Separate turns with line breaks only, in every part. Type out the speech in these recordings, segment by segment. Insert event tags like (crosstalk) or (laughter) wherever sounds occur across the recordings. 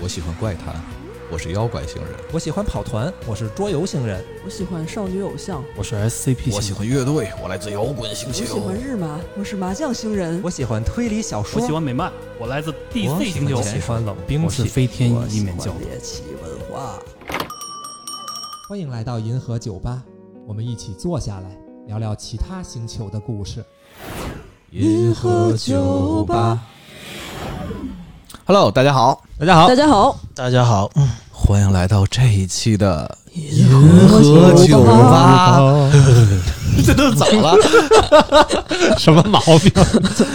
我喜欢怪谈，我是妖怪星人，
我喜欢跑团，我是桌游星人，
我喜欢少女偶像，
我是 SCP，
我喜欢乐队，我来自摇滚星
我
球，
喜欢日麻，我是麻将星人，
我喜欢推理小说，
我喜欢美漫，我来自 DC 星球
我。喜欢冷兵
我是
器。
飞天
我
一
喜
面
欢
教徒。
猎奇文化。
欢迎来到银河酒吧，我们一起坐下来聊聊其他星球的故事。
银
河酒吧。
Hello，大家好，
大家好
大，家好，
大家好，
嗯欢迎来到这一期的
银
河酒
吧，
吧。 (laughs) 这都怎么 (laughs) 了？
什么毛病？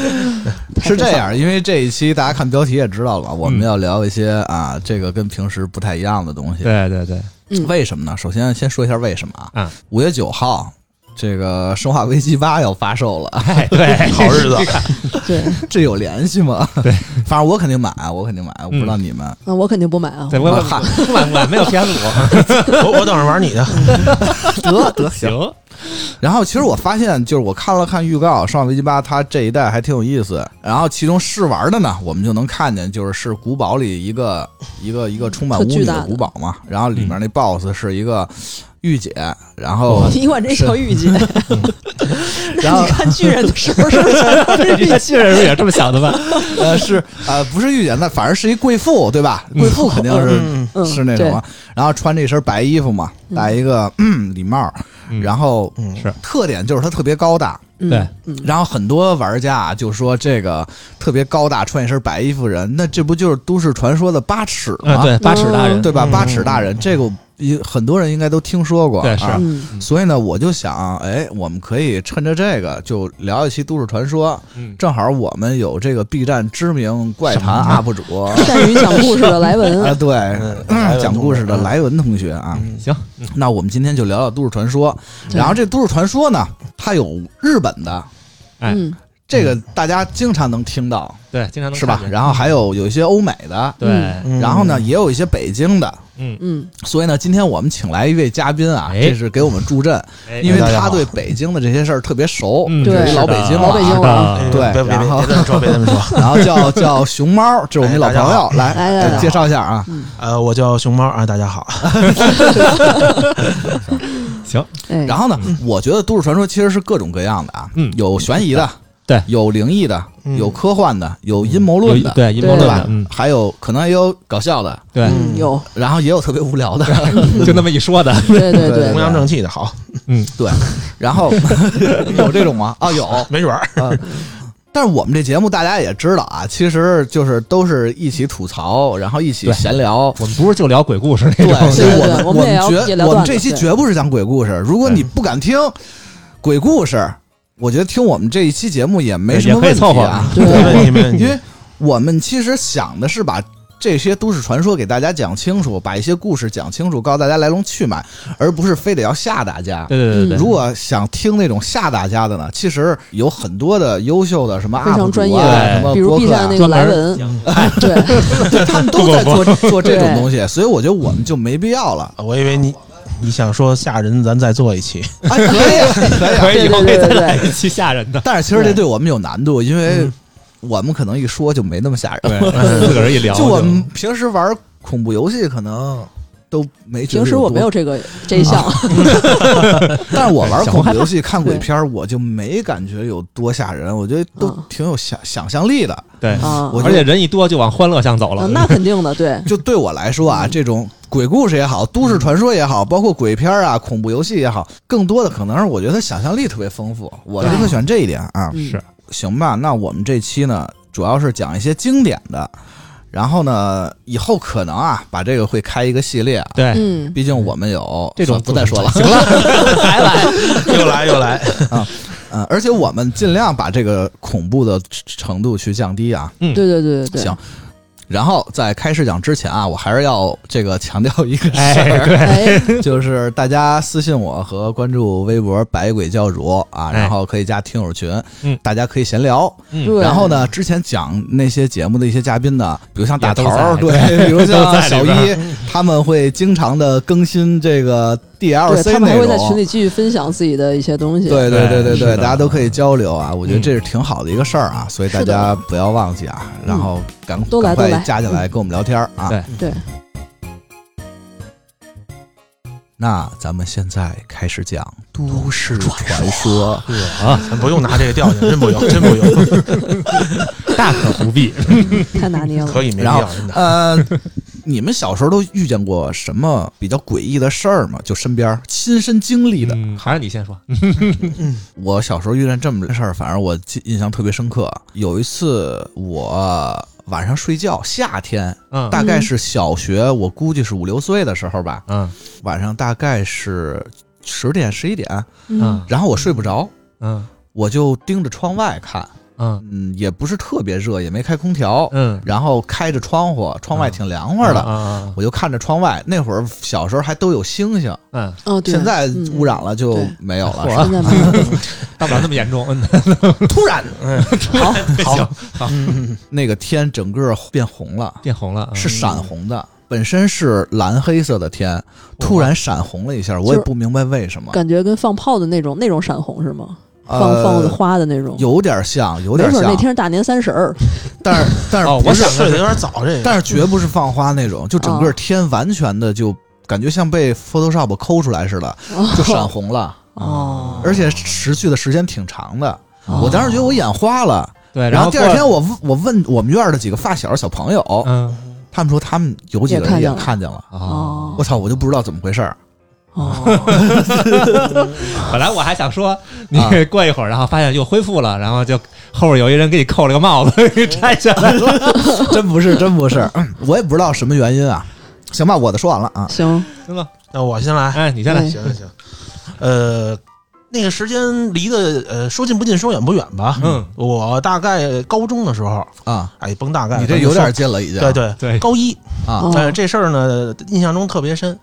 (laughs) 是这样，因为这一期大家看标题也知道了，我们要聊一些啊，这个跟平时不太一样的东西。
对对对，
嗯
为什么呢？首先先说一下为什么啊
啊？
五月九号，这个《生化危机八》要发售了，
哎对，
(laughs) 好日子，
对，
这有联系吗？对， (laughs) 反正我肯定买，我肯定买，我不知道你们。
那我肯定不买啊，
对我我不管不管，没有 PS
(laughs)
五，
我我等着玩你的。
啊得得
行。
(laughs) 然后其实我发现，就是我看了看预告，《生化危机八》它这一代还挺有意思。然后其中试玩的呢，我们就能看见，就是是古堡里一个一个一个充满
特
污
巨
米
大
的
的
古堡嘛。然后里面那
嗯
BOSS 是一个御姐，然后
你管这叫 (laughs) 御姐？
然
那
后
你看巨人的时候是不是
(laughs)
全都是
这
御姐？
些人也是这么想的吧？
呃是呃不是御姐，那反正是一贵妇，对吧？贵妇肯定是
嗯，
嗯
是那种啊，然后穿着一身白衣服嘛，戴一个嗯礼帽，
嗯
然后
嗯
是
特点就是它特别高大，
对
对
嗯嗯
然后很多玩家啊就说这个特别高大穿一身白衣服人，那这不就是都市传说的八尺
嗯，
吗？
对，八尺大人，
啊对吧？
嗯
八尺大人这个一很多人应该都听说过，
对
啊
是。
(laughs) 嗯，
所以呢，我就想，哎，我们可以趁着这个就聊一期都市传说，
嗯
正好我们有这个 B 站知名怪谈 UP 主啊，
善于讲故事的
(laughs)
莱文，
对，
来文
讲故事的
同学
莱文同学啊，
嗯
行，
那我们今天就聊聊都市传说。
对
然后这都市传说呢，它有日本的，
哎
嗯，
这个大家经常能听到，
对，经常能
是吧
看？见
然后还有有一些欧美的，
对，
嗯
然后呢也有一些北京的。
嗯，
嗯，
所以呢，今天我们请来一位嘉宾啊，
哎
这是给我们助阵，
哎
因为
大家
他
好
对北京的这些事儿特别熟，
嗯
对
是老北京
老北京
了啊。
了，
哎
对
别别别
然后
别这么
(laughs)
说，别这么说。
然后叫叫熊猫，这是我们
哎
老
大
朋
家
友
好，
来
来来来
介绍一下啊。
呃，我叫熊猫啊，大家好。
行，
哎，
然后呢，我觉得都市传说其实是各种各样的啊，
嗯
有悬疑的，
对
有灵异的，
嗯
有科幻的，有阴谋论
有
的，
对阴谋
对
论
吧
的，？嗯，
还有可能也有搞笑的，
对，
嗯有，
然后也有特别无
(laughs)
聊的，嗯
就那么一说的，
对对
对
弘
对，
扬正气的好，
然后 (laughs) 有这种吗？啊，有，
没准儿。
但是我们这节目大家也知道啊，其实就是都是一起吐槽，然后一起
对
闲
(laughs)
聊。
我们不是就聊鬼故事那
对，
种，
所以
对
我们
对我
们
们也要也
绝
聊
我们
段子
这期
对
绝不是讲鬼故事。如果
对
你不敢听鬼故事，我觉得听我们这一期节目也没什么
也可以
问题
凑合嗯
啊。
对
(laughs) 没问题，没问
(laughs) 因
题。
为我们其实想的是把这些都市传说给大家讲清楚，把一些故事讲清楚，告诉大家来龙去脉，而不是非得要吓大家。
对对对对
如果想听那种吓大家的呢，其实有很多的优秀的什么 UP 主
非
啊、
常专业
的
什么
比如
播
B
客
站
啊
那，个
专门
莱文，哎对，
对他们 (laughs) 都在做做这种东西，所以我觉得我们就没必要了。
呃我以为你你想说吓人，咱再做一期。
啊
哎，可以， (laughs) 可以啊。
可以以后可以
对
再
对对
来一期吓人
(laughs)
的，
但是其实这对我们有难度，因为
嗯
我们可能一说就没那么吓人。
对，
嗯
自个儿一聊，
就我们平时玩恐怖游戏，可能都没觉得
平时
有
我
多
没有，这个这一
(laughs)
项，
啊但是我玩恐
想
(laughs)
怖
害怕
游戏、看鬼
对
片儿，我就没感觉有多吓人，我觉得都
嗯
挺有想想象力的。
对，
啊
我，嗯
而且人一多就往欢乐向走了
啊，那肯定的，对，
就对我来说啊，这种鬼故事也好，都市传说也好，包括鬼片儿啊、恐怖游戏也好，更多的可能是我觉得想象力特别丰富，我就
对
特喜欢这一点啊。
嗯
是，
行吧，那我们这期呢，主要是讲一些经典的，然后呢，以后可能啊，把这个会开一个系列啊，
对，
嗯，
毕竟我们有
这种
不再说了，
(laughs) 行
(laughs)
了，还来，
又来又来， (laughs)
嗯，而且我们尽量把这个恐怖的程度去降低啊，
对对对对对，
行。然后在开始讲之前啊，我还是要这个强调一个事
哎，
儿，
对，
(laughs)
哎，
就是大家私信我和关注微博“百鬼教主”啊，
哎
然后可以加听友群，
嗯
大家可以闲聊。
对，
然后呢，之前讲那些节目的一些嘉宾呢，比如像大头儿，
也
(laughs)
都
对，比如
都
像
在里
小一
边，
他们会经常的更新这个
对，
DLC
他们还
内
会在群
容。
里继续分享自己的一些东西。
对对对对
是
对，
的
大家都可以交流啊，我觉得
嗯
这是挺好的一个事儿啊，所以大
是的嗯
家不要忘记啊，然后赶
都
赶
来
快
都来
加进来跟我们聊天儿啊。
对
对，
那咱们现在开始讲都市传说。
啊
咱不用拿这个调性，真不用，真不用，
大可不必。
太拿捏了。
可以没必
然后
要，真的。
呃，你们小时候都遇见过什么比较诡异的事儿吗？就身边亲身经历的。
嗯，还是你先说。
我小时候遇见这么个事儿，反正我记印象特别深刻。有一次我晚上睡觉，夏天，
嗯
大概是小学，我估计是五六岁的时候吧，
嗯
晚上大概是十点十一点，
嗯，
然后我睡不着，
嗯
我就盯着窗外看，
嗯
嗯，也不是特别热，也没开空调，
嗯，啊
然后开着窗户，窗外挺凉快的。
的。
我就看着窗外，那会儿小时候还都有星星，
嗯，
哦，对，
现在
嗯
污染了就
对
没有了。
现
(laughs)
在没有
大不了那么严重。嗯，
突然， (laughs)
好，
行，
嗯，
那个天整个变红了，
变红了。嗯
是闪红的，本身是蓝黑色的天，突然闪红了一下，我也不明白为什么，
感觉跟放炮的那种那种闪红是吗？放放
呃，
花的那种，
有点像，有
没
点
准那
像，
天是大年三十儿，
但是但
哦
是不
我
是，
想
睡得有点早，这个
但是绝不是放花那种，就整个
哦
天完全的就感觉像被 Photoshop 抠出来似的，就闪红了，
哦，
而且持续的时间挺长的。
哦
我当时觉得我眼花了，
对，
然后第二
哎过
天我问我问我们院儿的几个发小小朋友，
嗯
他们说他们有几个人
也看见
也
了
看见了。啊
哦
我操！我就不知道怎么回事儿，啊
哦，
啊本来我还想说你过一会儿，然后发现又恢复了，然后就后边有一人给你扣了个帽子，给摘下 (laughs) 来了。
真不是，真不
(laughs)
是，嗯我也不知道什么原因啊。行吧，我的说完了啊。
行，
行了，
那我先来，嗯
哎，你先来。
对
行行行，呃，那个时间离得呃说近不近，说远不远吧。
嗯，
我大概高中的时候，
啊，
哎，甭大概，
你这有点近了，已经。
对对
对
高一，
啊
哦
呃，这事儿呢印象中特别深。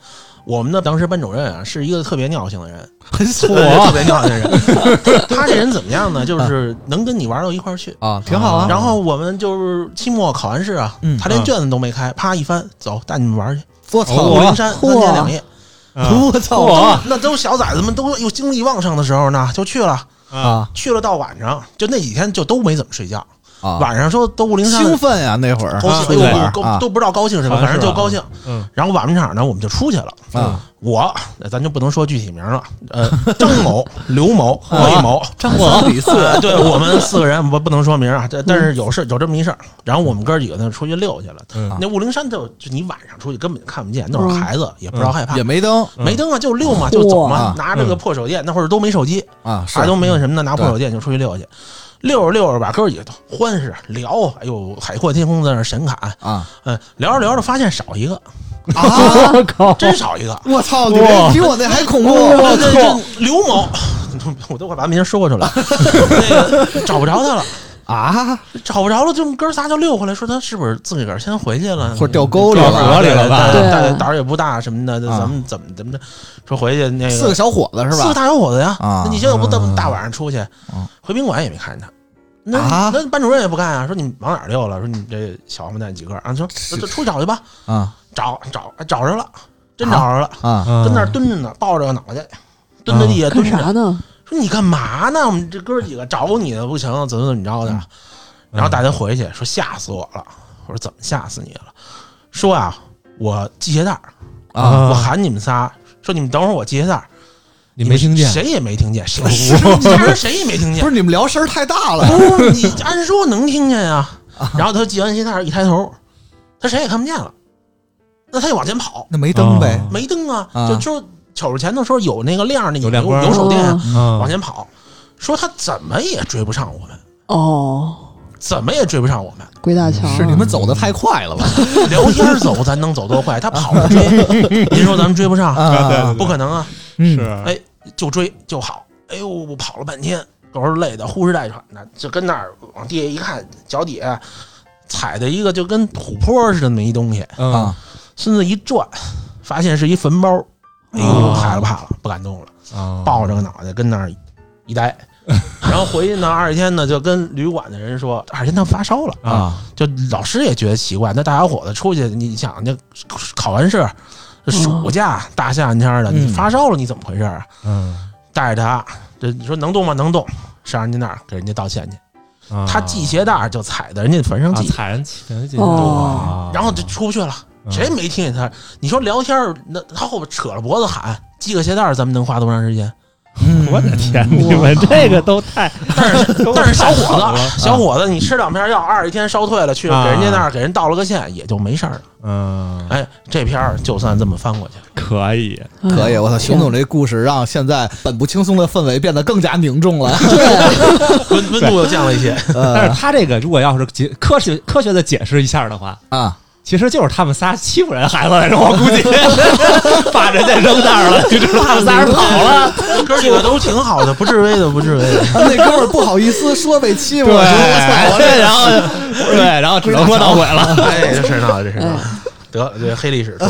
我们的当时班主任啊，是一个特别尿性的人，
(laughs) 很错
呃特别尿性的人。 (laughs) 他这人怎么样呢？就是能跟你玩到一块儿去。
啊，挺好啊。
然后我们就是期末考完试啊，
嗯
他连
嗯
卷子都没开，啪一翻，走，带你们玩去。
我
武
操！
陵山三天两夜，
嗯
我操！
嚯
那都小崽子们都有精力旺盛的时候呢，就去了。
啊
啊
去了到晚上，就那几天就都没怎么睡觉。
啊！
晚上说都武陵山
兴奋呀，那会儿
高兴，哎
那会
呦，
儿
我高
啊
都不知道高兴什么，
好像
反
是
正就高兴。
嗯
然后晚场呢，我们就出去了。
啊！
我咱就不能说具体名了，呃，张某、刘某、魏某，
啊张三李四
呃对我们四个人不不能说名啊，这但是有事有这么一事儿。然后我们哥几个呢出去溜去了。
嗯
那雾灵山就就你晚上出去根本就看不见，
嗯
那会儿孩子也不知道害怕
也，没灯
没灯啊就溜嘛就走嘛
嚯，
拿着个破手电，那会儿都没手机，
啊，是
啥都没有什么的，拿破手电就出去溜去，溜着溜着吧，哥几个都欢实聊，哎呦，海阔天空在那儿神侃，
啊
嗯，聊着聊着发现少一个，
啊！
真少一个，
我操！你这比我那还恐怖。
这这这刘某， (laughs) 我都快把名说出
(laughs)
来了，那个找不着他了。
啊，
找不着了，就哥仨就溜回来，说他是不是自个儿先回去了，
或者掉沟里
掉河
了，
里了吧
对
对
但是胆儿也不大什么的，
啊
咱们怎么怎么着？说回去那
四个小伙子是
四个
吧？
大小伙子呀，
啊
那你想想不大大晚上出去
嗯，
回宾馆也没看见他。那、
啊
那班主任也不干啊，说你往哪儿溜了？说你这小王八蛋几个？啊，说那就出去找去吧，
啊
找找找着了，真找着了，
啊
嗯，
跟那儿蹲着呢，抱着个脑袋，蹲在地
嗯
下
干
蹲着。
啥呢？
说你干嘛呢？我们这哥几个找你呢，不行，怎么怎么着的。
嗯
然后大家回去说吓死我了。我说怎么吓死你了？说啊，我系鞋带儿，
啊！
我喊你们仨，说你们等会儿我系鞋带儿。
你没听见？
谁也没听见，谁家人谁也没听见
不。是你们聊声儿太大了
不是你按说能听见呀。然后他系完鞋带儿一抬头，他谁也看不见了。那他就往前跑，
那没灯呗
哦
没灯啊，
啊
就就瞅着前头说有那个亮儿的，
有亮光
有手电，
啊
哦
嗯
往前跑。说他怎么也追不上我们。
哦，
怎么也追不上我们。
鬼打墙
是你们走的太快了吧？
聊天走咱能走多快？他跑着追，
(laughs)
您说咱们追不上？
啊，
对对
不可能啊！
嗯
是
哎就追就好。哎呦，我跑了半天，狗是累的，呼哧带喘的，就跟那儿往地下一看，脚底下踩的一个就跟土坡似的那一东西，
嗯
啊
身子一转，发现是一坟包。哎呦，
啊
害了怕了，不敢动了，
啊
抱着个脑袋跟那儿一
(laughs)
呆。然后回去呢，二天呢就跟旅馆的人说，二天他发烧了。
啊
啊
就老师也觉得奇怪，那大小伙子出去，你想，那考完试，这暑假大夏天的，你
嗯
发烧了，你怎么回事啊？
嗯，
带着他，这你说能动吗？能动，上人家那儿给人家道歉去。
啊
他系鞋带儿就踩在人家坟上
啊
系，
踩人起人进
哦
然后就出不去了。
嗯
谁也没听见他？你说聊天儿，那他后边扯着脖子喊，系个鞋带儿，咱们能花多长时 (laughs) 间？
我的天，你
哇
们这个都太
但是但是小伙
了
(laughs) 子，小伙子，你吃两片药，二十一天烧退了，去
啊
给人家那儿给人道了个歉，也就没事儿了。
嗯
哎，这片儿就算这么翻过去了。
可以，
哎
可以，我操，熊
天
总这故事让现在本不轻松的氛围变得更加凝重 (laughs) 了。
温温度又降了一些。
但
呃
是他这个如果要是解科学科学的解释一下的话，
啊，
其实就是他们仨欺负人孩子来着，我估计把人家扔那儿了，你知道吗？他们仨人跑了，
(laughs) 哥几个都挺好的，不至威的，不至威的。
那哥们儿不好意思说被欺负
对，
了，说我操，我这
然后对，然后只能说到鬼了。
哎，这事儿闹的，这事儿闹的
哎，
得这黑历史出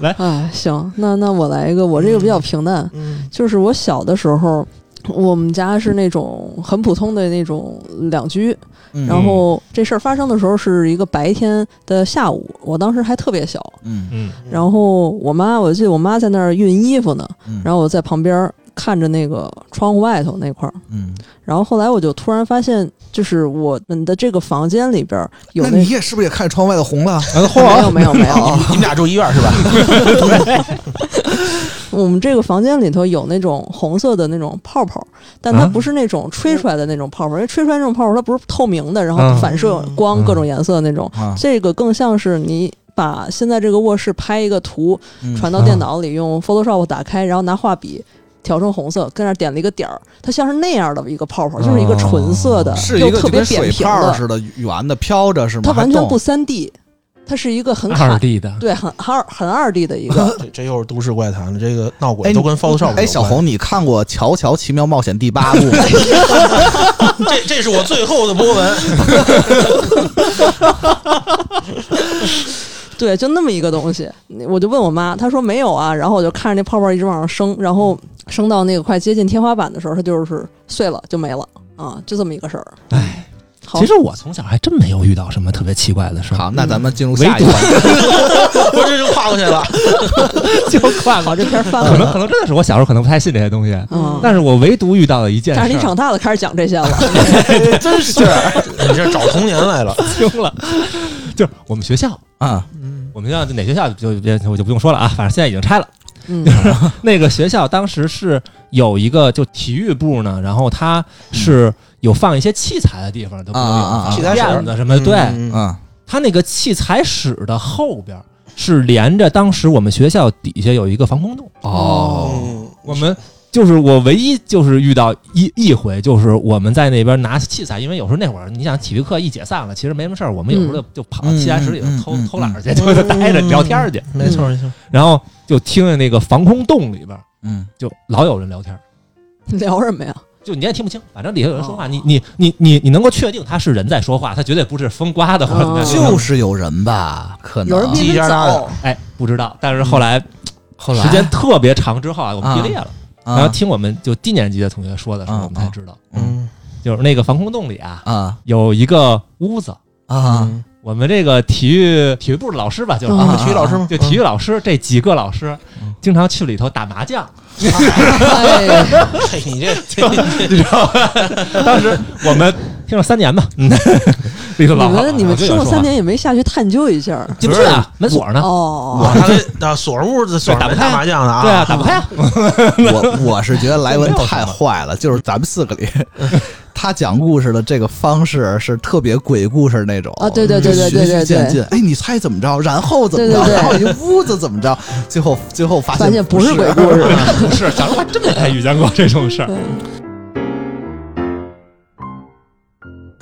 来了。
哎，行，那那我来一个，我这个比较平淡，
嗯
就是我小的时候，我们家是那种很普通的那种两居，
嗯
然后这事儿发生的时候是一个白天的下午，我当时还特别小，
嗯
嗯
然后我妈，我记得我妈在那儿熨衣服呢，
嗯
然后我在旁边儿看着那个窗户外头那块儿，
嗯，
然后后来我就突然发现，就是我们的这个房间里边儿有
那你也是不是也看窗外的红了？
没有没有没有，
你们俩住医院是吧？，
我们这个房间里头有那种红色的那种泡泡，但它
啊
不是那种吹出来的那种泡泡，因为吹出来那种泡泡它不是透明的，然
啊
后反射光
嗯
各种颜色的那种，
啊，
这个更像是你。把现在这个卧室拍一个图，
嗯啊
传到电脑里，用 Photoshop 打开，然后拿画笔调成红色，跟那儿点了一个点儿，它像是那样的一个泡
哦
泡，就是一个纯色的，
是
又
一个
特
就
别
跟
扁
水
平
泡
的，
似的，圆的飘着是吗？
它完全
还动
不三 D，它是一个很卡
二，弟的，
对，很二很二 D 的一
(laughs)
个
这这又是都市怪谈了，这个闹
哎
鬼都跟 Photoshop
哎，
有
小
关，
红，你看过《乔乔奇妙冒险》第八部 (laughs) 吗？
这这是我最后的波
(laughs)
纹。
对，就那么一个东西。我就问我妈，她说没有啊，然后我就看着那泡泡一直往上升，然后升到那个快接近天花板的时候，它就是碎了就没了啊，就这么一个事儿。
哎，
好
其实我从小还真没有遇到什么特别奇怪的事儿，
好，那咱们进入下一个。
我这就跨过去了。
就跨过
好，这片儿翻
可
了。
能可能真的是我小时候可能不太信这些东西，
嗯，
但是我唯独遇到了一件事
但
儿，
是你长大了开始讲这些了，
哎
真是， (laughs) 你这找童年来了。
惊了， (laughs) 就是我们学校，
啊，
我们学校哪学校就别我就不用说了啊，反正现在已经拆了。
嗯，
那个学校当时是有一个就体育部呢，然后它是有放一些器材的地方，都不能有
嗯啊啊啊
放
器
材室
垫子什么的，哎对，啊
嗯，
嗯
它那个器材室的后边儿是连着当时我们学校底下有一个防空洞，
哦，
嗯
我们。就是我唯一就是遇到一一回，就是我们在那边拿器材，因为有时候那会儿你想体育课一解散了，其实没什么事儿，我们有时候就就跑到器材室里头
嗯嗯嗯
偷
嗯
偷懒儿去，就待着聊天儿去，
没错没错。
然后就听见那个防空洞里边儿
嗯，
就老有人聊天儿，
聊什么呀？
就你也听不清，反正里头有人说话，
哦
你你你你你能够确定他是人在说话，他绝对不是风刮的或者怎么样
哦
就是有人吧，可能
有人比你
叽叽喳喳的
早，
哎，不知道。但是后
嗯
来、
后
时间特别长之后啊，我们毕业了，然后
啊
听我们就低年级的同学说的时候，
啊
我们才知道，
嗯
就是那个防空洞里啊
啊
有一个屋子，
嗯
啊，
我们这个体育体育部的老师吧，就是。
啊嗯
体育老师吗？
就体育老师这几个老师，经常去里头打麻将，
哎，
嗯，嘿你
(laughs)
这这
你知道吧？当时我们听了三年吧，
(laughs)
嗯，里头 (laughs)
你
老
们你们听了
年。老有人说话
三年也没下去探究一下儿？
进不去啊，门锁呢？
哦，
我他那锁着屋子锁着
打不
门
开
打麻将的啊。
啊对啊，打不开啊。
(laughs)
我我是觉得莱文太坏了，就是咱们四个里， (laughs) 他讲故事的这个方式是特别鬼故事那种
啊对对对对
就
对对
循序渐
对
进。哎，你猜怎么着？然后怎么
对对
着？
对
然后一屋子怎么着？最后最后发
发现不
不
是鬼故事，
(laughs)
啊
不是，小时候还真没太遇见过这种
(laughs)
事儿。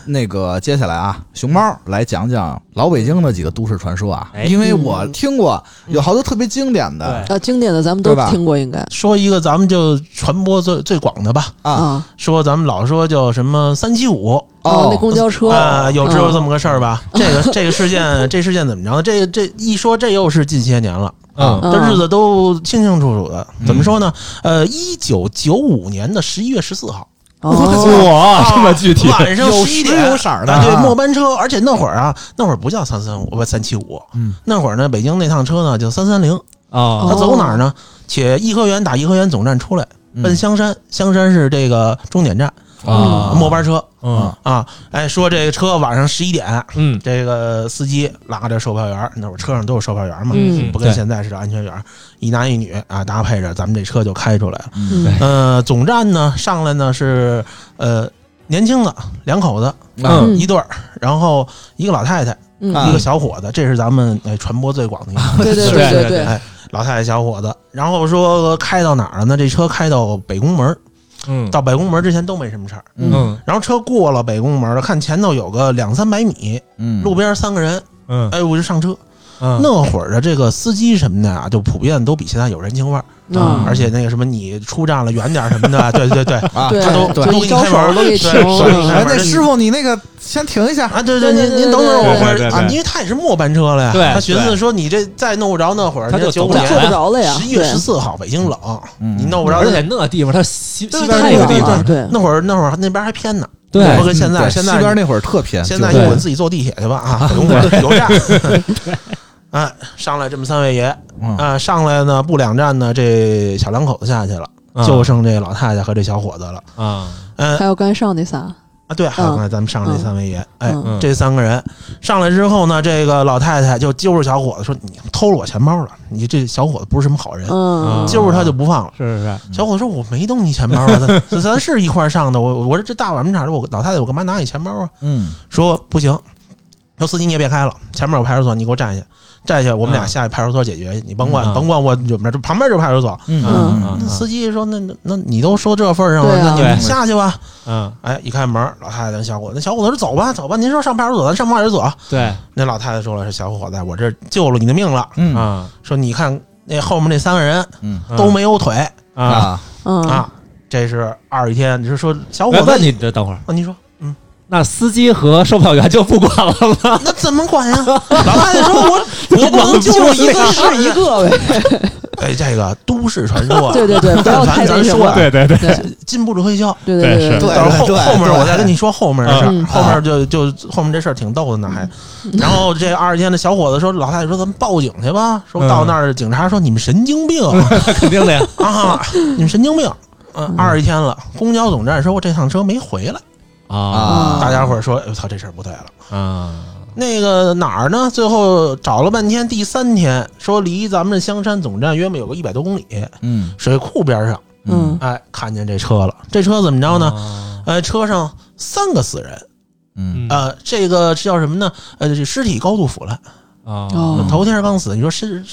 那个接下来啊，熊猫来讲讲老北京的几个都市传说啊，
哎
因
嗯
为我听过
嗯
有好多特别经典的
对
啊，经典的咱们都
对吧
听过，应该
说一个咱们就传播最最广的吧，
啊
啊，
说咱们老说叫什么三七五
哦，
哦
那公交车嗯
啊，有知道这
么
么个事
(laughs)
儿吧？这个这个事件，这事件怎么着呢？这这一说，这又是近些年了，啊
嗯
这日子都清清楚楚的。怎么说呢？呃，一九九五年的十一月十四号，
哦，
哇，这么 (laughs) 具体，
晚上
有
十一
时
点
有色儿的
啊，对，
啊
末班车，而且那会儿啊，那会儿不叫三三五，不三七五，
嗯哦
那会儿呢，北京那趟车呢叫三三零，
啊
他走哪儿呢？且颐和园打颐和园总站出来，奔香山，香山是这个终点站，
哦
啊
末班车
嗯
啊。哎，说这个车晚上十一点，
嗯
这个司机拉着售票员儿，那会儿车上都有售票员儿嘛，
嗯
不跟
对
现在似的安全员儿，一男一女啊搭配着，咱们这车就开出来了。
嗯
嗯
呃，总站呢上来呢是呃年轻的两口子
嗯
嗯
一对儿，然后一个老太太，
嗯
啊
一个小伙子，这是咱们哎传播最广的一个。
对对
对
对
对对
对，
哎，老太太小伙子，然后说开到哪儿了呢？这车开到北宫门儿，
嗯
到北宫门儿之前都没什么事儿。
嗯
然后车过了北宫门了，看前头有个两三百米，
嗯，
路边三个人，
嗯
哎，我就上车。
嗯
那会儿的这个司机什么的啊，就普遍都比现在有人情味儿，
嗯
而且那个什么你出站了远点儿什么的，对对对，
啊，
对
他都
对
都
就
给
一
你
招
开门
手
儿，
都给
对
停
对
了
哎，
开门
那
儿
师傅，你那个先停一下，
啊，对
对
您
对
您等会儿我
对
会儿
对对
啊，
对
因为他也是末班车了呀，
对
他寻思说你这再弄不着那会儿，
他就
九
走
五
不了
坐
年啊
不着了呀，
十一月
对
十四号北京冷，
嗯
你弄不着
而且那地方它西
对
西
对
边
太
那
远
个
对
地
对
方
了，对
那会儿那会儿还那边还偏呢，
对
我跟现
嗯
在
对
现在
西边那会儿特偏，
现在
就
对
我自己坐地铁去吧啊，不用管油站。啊，上来这么三位爷
嗯
啊，上来呢不两站呢，这小两口子下去了，
啊
就剩这老太太和这小伙子了。
啊
嗯
还有刚才上那仨，
啊，对，还有刚才咱们上这
嗯
三位爷，哎，
嗯
嗯
这三个人上来之后呢，这个老太太就揪着小伙子说：“你偷了我钱包了，你这小伙子不是什么好人。
嗯，
揪着他就不放了。
是是是
小伙子说：“我没动你钱包啊，咱咱 (laughs) 咱是一块儿上的。我我说这大晚上哪儿的，我老太太，我干嘛拿你钱包啊？
嗯
说不行，说司机你也别开了，前面有派出所，你给我站下，站下，我们俩
嗯
下去派出所解决，你甭管、
嗯
甭管我怎么着，旁边就是派出所。
嗯
嗯
嗯
那
嗯
司机说那那那你都说这份儿上了，
对啊
那
对
你下去吧。
嗯
哎，一开门，老太太跟小伙子，那小伙子说走吧走吧，您说上派出所，咱上派出所。
对
那老太太说了，是小伙子，我这救了你的命了，
嗯嗯
啊
说你看那后面那三个人
嗯
都没有腿、
啊。
啊，
嗯
啊，这是二十一天，你是说小伙
我
子
问你，这等会儿，
哦啊，你说。嗯，
那司机和售票员就不管了吗？
那怎么管呀？老太太说我：“我不能救一个是一
个
个。”
呗，
哎，这个都市传说啊，
对对对，不要
但
太那
凡咱
什
说
么
啊，
对对，
对
禁不住推销。
对
对
对
是
对
到时候后
对
后面
对
我再跟你说后面的事
嗯
儿，后面就就后面这事儿挺逗的呢，
嗯
还。然后这二十天的小伙子说，老太太说咱们报警去吧，说
嗯
到那儿警察说你们神经
(laughs)
病
(laughs) 肯定的呀。
啊，你们神经病。嗯，二十一天了，公交总站说我这趟车没回来，
啊
大家伙儿说，哎我操，这事儿不对了。
啊
那个哪儿呢？最后找了半天，第三天说离咱们香山总站约莫有个一百多公里，
嗯
水库边上，
嗯
哎，看见这车了。这车怎么着呢？
呢？
啊
呃，车上三个死人，
嗯
呃，这个是叫什么呢？呃，这尸体高度腐烂，
啊
哦
头天儿刚死，你说是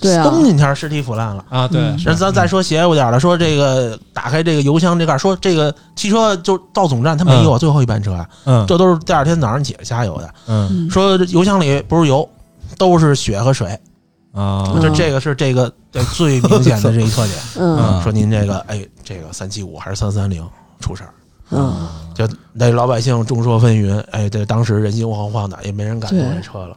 对啊
冬天天儿尸体腐烂了。
啊，对，
嗯
是
然后咱再说邪乎点儿的，说这个打开这个油箱这盖儿，说这个汽车就到总站，他没有最后一班车啊，
嗯
这都是第二天早上起来加油的。
嗯
嗯
说这油箱里不是油，都是血和水，
啊
嗯
就这个是这个这最明显的这一特点。
嗯
嗯
说您这个哎，这个三七五还是三三零出事儿。
嗯，
就那老百姓众说纷纭，哎，这当时人心惶惶的，也没人敢动这车了。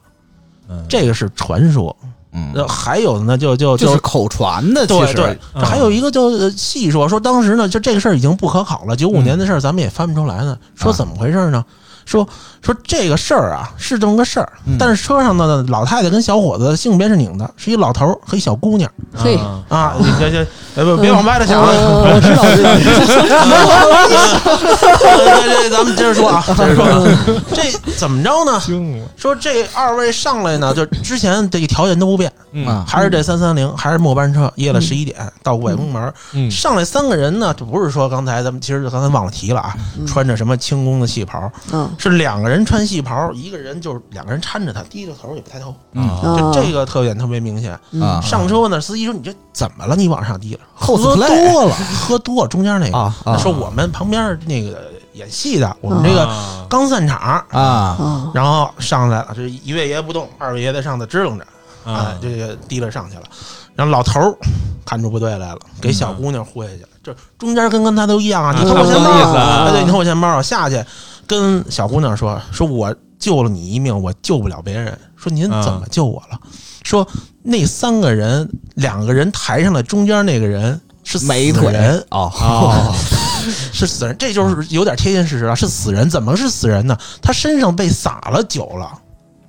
嗯
这个是传说，那
嗯，
还有呢，就就
哦就是口传的，其
对
实
对，
嗯
还有一个就细说，说当时呢，就这个事儿已经不可考了，九五年的事儿咱们也翻不出来呢。说怎么回事呢？说说这个事儿啊，是这么个事儿，
嗯
但是车上的老太太跟小伙子性别是拧的，是一老头儿和一小姑娘
嘿
啊
啊，你这这呃不别
嗯
往歪了想 (laughs) 了。
嗯我知道，知道，
啊这这咱们接着说
(laughs)
啊，接着说啊，这怎么着呢？
惊了，
说这二位上来呢，就之前这个条件都不变，
嗯
啊，
还是这三三零，还是末班车，夜了十一点到五百公门。
嗯
上来三个人呢，这不是说刚才咱们其实刚才忘了提了啊，
嗯
穿着什么轻功的戏袍，
嗯
是两个人穿戏袍，一个人就是两个人搀着他，低着头也不抬头，
嗯
啊
就这个特点特别明显。
啊
上车呢，司机说你这怎么了？你往上低了，喝
Cosplay
多了，喝多了，中间那个
啊啊
说我们旁边那个演戏的，我们这个
个
刚散场，
啊，
啊，
然后上来了，这一位爷不动，二位爷在上头支棱着，哎
啊，
这个提了上去了。然后老头儿看出不对来了，
嗯
给小姑娘护下去了。这中间跟跟他都一样啊，
啊
你偷我
差
钱
不
包
多意思
啊，
啊
哎，对，你偷我钱包啊，下去跟小姑娘说，说我救了你一命，我救不了别人。说您怎么救我了？说那三个人，两个人抬上来，中间那个人是死
美腿
人，
(laughs) 哦，
是死人，这就是有点贴近事实了，是死人，怎么是死人呢？他身上被洒了酒了。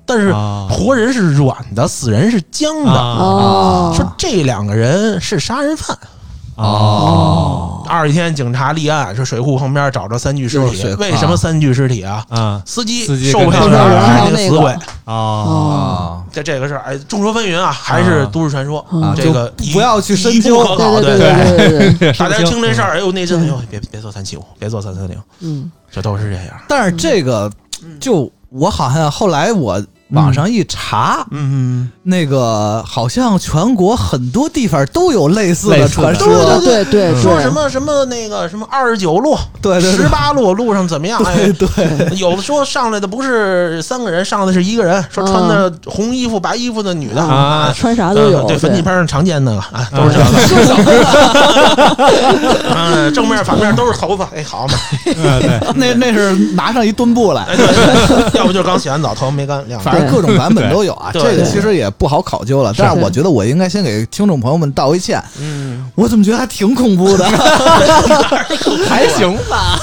但是
啊
活人是软的，死人是僵的。
啊
哦
说这两个人是杀人犯。啊
哦
二十天，警察立案，说水库旁边找着三具尸
又是
体
水。库
为什么三具尸体啊？
啊
司机
司机
受不了
跟
那个
了，还
那
是那
个
死鬼。
哦
哦，
啊
这这个事儿，哎，众说纷纭啊，还是都市传说。
嗯
啊，
这
就
个一
不要去深
一
究
不可考。
对对
对
对对对对，
大家
听不清
听这事儿，哎呦，那真的，哎
对
呦，别别做三七五，别做三三零，
嗯，
这都是这样。
但是这个
嗯
就我好像后来我网上一查，
嗯，
那个好像全国很多地方都有类似
类
的
似的
传
对
说，
对对对，
说什么什么那个什么二十九路、
对对
十
对
八路路上怎么样？哎
对，
(laughs)
对，
有的说上来的不是三个人，上来的是一个人，说穿的红衣服、白衣服的女的
啊
穿啥
啊
都有，
对，坟地边上常见的啊，都是这个，嗯，正面反面都是头发，哎，好嘛，
对，
那那是拿上一墩布来，
哎，对对， (laughs) 要不就是刚洗完澡，头发没干，晾着
反正各种版本都有啊。
对
这个其实也不好考究了，但是我觉得我应该先给听众朋友们道一歉，
嗯，
我怎么觉得还挺恐怖的？
还行吧。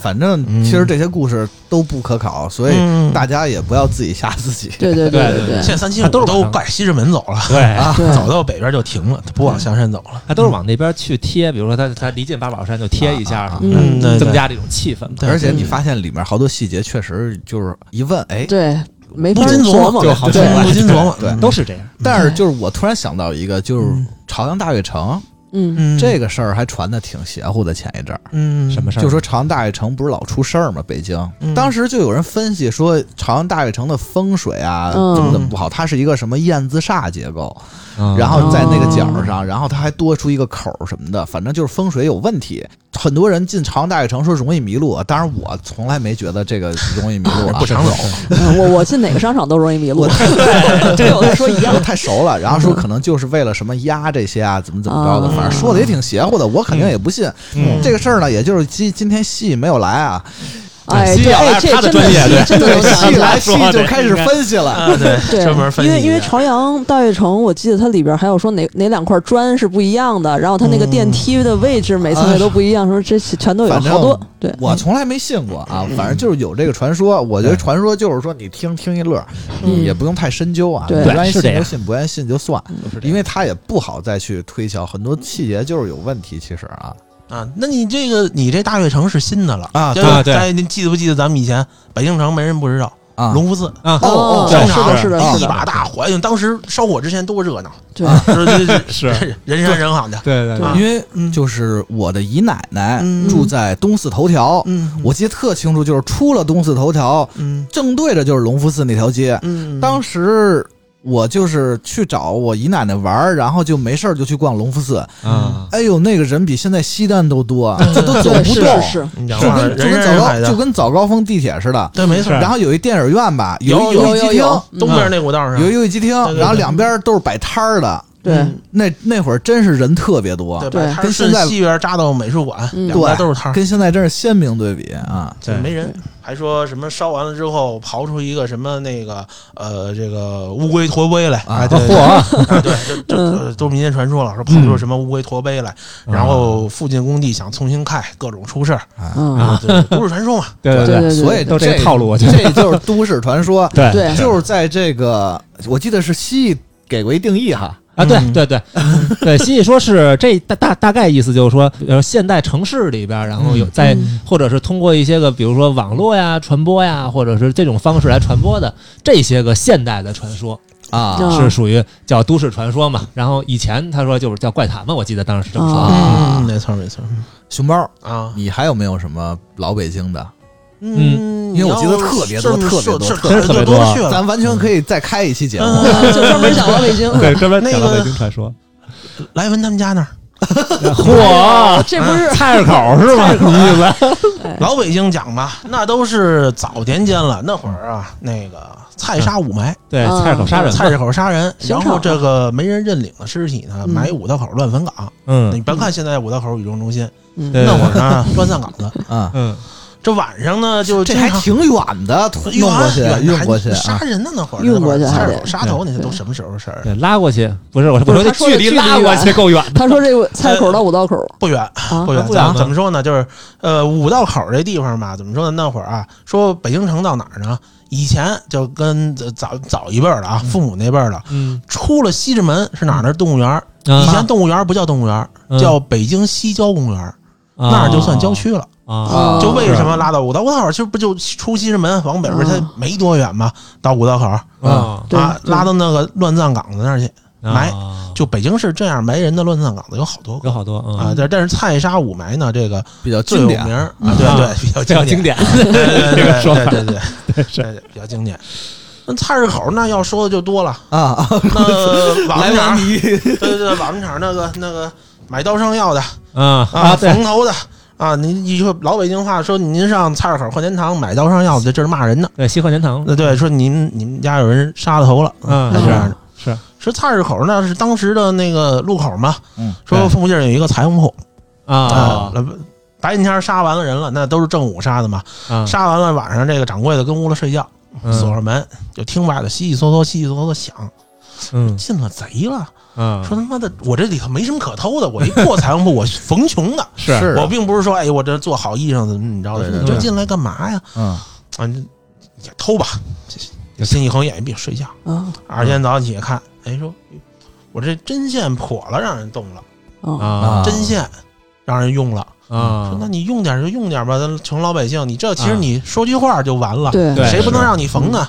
反正其实这些故事都不可考，所以
嗯
大家也不要自己吓自己。
对对
对
对
对
现在三七五
啊都是
都
晚上哎
改西直门走了，啊
对，
对
走到北边就停了，不往象山走了。
他都是往那边去贴，比如说他他离近八宝山就贴一下什么
嗯
的，
对
增加这种气氛。
对
而且你发现里面好多细节，确实就是一问，哎，
对，没法
不禁琢
琢
磨，
磨，
就好
对
像
不禁琢磨，
对
都是这样，
嗯
但是就是我突然想到一个，就是朝阳大悦城、
嗯
嗯，
这个事儿还传的挺邪乎的。前一阵儿
嗯
什么事儿？
就说朝阳大悦城不是老出事儿吗？北京、
嗯
当时就有人分析说，朝阳大悦城的风水啊
嗯
怎么怎么不好，它是一个什么燕字煞结构，
嗯，
然后在那个角
哦
儿上，然后它还多出一个口儿什么的，反正就是风水有问题。很多人进朝阳大悦城说容易迷路，啊当然我从来没觉得这个容易迷路啊，
(laughs)
不常走，
(laughs) 嗯我我进哪个商场都容易迷路，这跟我在说一样嗯
我， (laughs) 太熟了，然后说可能就是为了什么压这些啊，怎么怎么着的，
啊
反正说的也挺邪乎的，我肯定也不信。
嗯
这个事儿呢，也就是今今天戏没有来啊，
哎，
西
对，
雅
哎，
是
这
啊他的
真的
专业
是
对
真的能想
戏
起来嗯
来戏就开始分析了。
啊，对，
对，
专门分
因
析
为
一下，
因为朝阳大悦城，我记得它里边还有说哪哪两块砖是不一样的，然后它那个电梯的位置每层也都不一样，说这全都有
反正
好多。对，
我从来没信过啊，
嗯
反正就是有这个传说。我觉得传说就是说你听听一乐儿，
嗯
你也不用太深究啊，你
对嗯
愿意
是这
信就
样
信，不愿意信就算，
是这样
因为他也不好再去推敲很多细节，就是有问题。其实啊，
啊，那你这个你这大悦城是新的了
啊
就
对啊
是
对
大家您记得不记得咱们以前北京城没人不知道
啊
隆福寺
啊
哦，
对
是的，是的，
啊
是
一
的，
把大火，哎呦当时烧火之前多热闹，啊
对，
是
(laughs)
是
是
人山人海的。
对对
啊
因为
嗯
就是我的姨奶奶
嗯
住在东四头条，
嗯
我记得特清楚，就是出了东四头条，
嗯
正对着就是隆福寺那条街。
嗯
当时我就是去找我姨奶奶玩儿，然后就没事儿就去逛隆福寺。
对啊，
哎呦，那个人比现在西单都多，这都走
嗯对，
不
是
动
是，是，
你知道
就
吗？
跟就
人
跟
山
早
人海
高就
的，
跟早高峰地铁似的。
对，没错
是。嗯
然后有一电影院吧，
有
有
有
一
有
机厅
有，
东边那股道上
有一游戏机厅
对，对
然后
对
两边都是摆摊儿的。
对，
嗯
那那会儿真是人特别多，
对
对
吧？
跟现在
顺西园扎到美术馆，
嗯
两边都是摊儿，
跟现在真是鲜明对比啊！
就
对
没人。还说什么烧完了之后刨出一个什么那个呃这个乌龟驼背来
啊
哎
(laughs)
对
嚯啊
啊对，
嗯
这这呃都是民间传说了，说刨出什么乌龟驼背来，
嗯
然后附近工地想重新开，各种出事儿，
啊
嗯，
对都市传说嘛。
对对
对对
所以
都这
这
个套路我觉得。
这就是都市传说
对
对
就是在这个，我记得是蜥蜴给过一定义哈，
啊，对
嗯
对对对，西西说是这大大大概意思就是说，呃，现代城市里边儿，然后有在或者是通过一些个，比如说网络呀、传播呀，或者是这种方式来传播的这些个现代的传说，
啊
嗯
是属于叫都市传说嘛。然后以前他说就是叫怪谈嘛，我记得当时是这么说
(laughs)
的。
啊
嗯，没错没错
熊猫，
啊，
你还有没有什么老北京的？
嗯
因为我记得特别多特别多
是
真是特别多
去了。
咱完全可以再开一期节目。啊
嗯
就专门讲老北
(laughs)
京。
对，专门
那
讲到
个
北京传说。
莱文他们家那儿，
嚯，
这不是
菜市口是吗？你意思？
老北京讲吧，那都是早年间了。那会儿啊，那个菜杀五埋，
对，
啊
菜市口杀
嗯
人嘛。
菜市口杀人，
刑
然
场啊
后这个没人认领的尸体呢，
嗯
埋五道口乱坟岗。
嗯
你别看现在五道口宇宙中心，
嗯
对
那会儿呢乱葬岗子。
啊，
嗯
这晚上呢就
这
经
还
常
挺远的，
远
运过去，
啊远的
运
还
过去
杀
啊！
人呢那会儿，
运过去还
菜
得
口杀头那些
对
都什么时候的事儿？啊
对，拉过去不是我，
不
我
是
说这
他说的
离
距离
拉过去
远
够远的，
他说这个菜口到五道口
不远
啊
不，远，
不
咱
远吗
们怎么说呢？就是呃，五道口这地方吧，怎么说呢？那会儿啊，说北京城到哪儿呢？以前就跟呃早早一辈儿了啊，父母那辈儿了，
嗯，
出了西直门是哪儿呢？动物园儿。以前动物园儿不叫动物园儿，
嗯哦
叫北京西郊公园儿，那儿就算郊区了。
啊，
哦
啊
就为什么拉到五道五道口儿，其实不就出西直门往北边儿，
嗯
它没多远嘛，到五道口儿
啊，
对
啊，
对
拉到那个乱葬岗子那儿去。埋
啊
就北京市这样埋人的乱葬岗子有好多个
有好多
啊
嗯
啊，， (laughs)
但但是菜杀五埋呢，这个
比较
最
经
有
典
名，儿
嗯
啊，对对，比较
这叫
经
经典，
对对
这个
对
说法
对对对对，比较经典。那菜市口那要说的就多了，
啊！
(laughs)
嗯
那瓦
来 (laughs) 完
门厂，
你
对对对，瓦门厂那个那个买刀上药的
(laughs) 啊
啊，
对，
缝头的啊，您一说老北京话说您上菜市口换钱堂买刀上药的，这是骂人的。
对，西换钱堂，
那对，说您你们家有人杀了头了，
嗯
是这样的。
是
说菜市口那是当时的那个路口嘛，
嗯
说
对
附近有一个裁缝铺
啊，
那白天儿杀完了人了，那都是正午杀的嘛，
啊，
杀完了晚上这个掌柜的跟屋里睡觉，
嗯
锁上门，就听外头悉悉嗦嗦、悉悉嗦嗦地响，
嗯
进了贼了。
啊，
说他妈的，我这里头没什么可偷的，我一破裁缝铺，我逢穷的，
是啊
是
我并不是说哎，我这做好衣裳怎么怎么着的，嗯
对对
你就
对
进来干嘛呀？
嗯，
啊，你也偷吧，这心一横，眼一闭，睡觉。
啊
二天早上起来看，哎，说我这针线破了，让人动了，
啊，
啊，
针线让人用了。
啊
说，那你用点儿就用点儿吧，咱穷老百姓，你这其实
啊
你说句话就完了，
对
对
谁不能
是
让你
(laughs)
缝啊？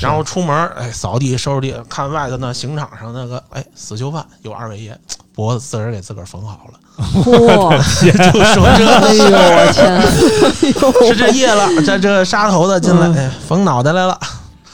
然后出门儿，哎，扫地收拾地，看外头那刑场上那个，哎，死囚犯有二位爷，脖子自个儿给自个儿缝好了， (laughs)
嚯，
就说这
哎呦我天，哎
是这夜了，这这杀头的进来，
嗯
哎，缝脑袋来了，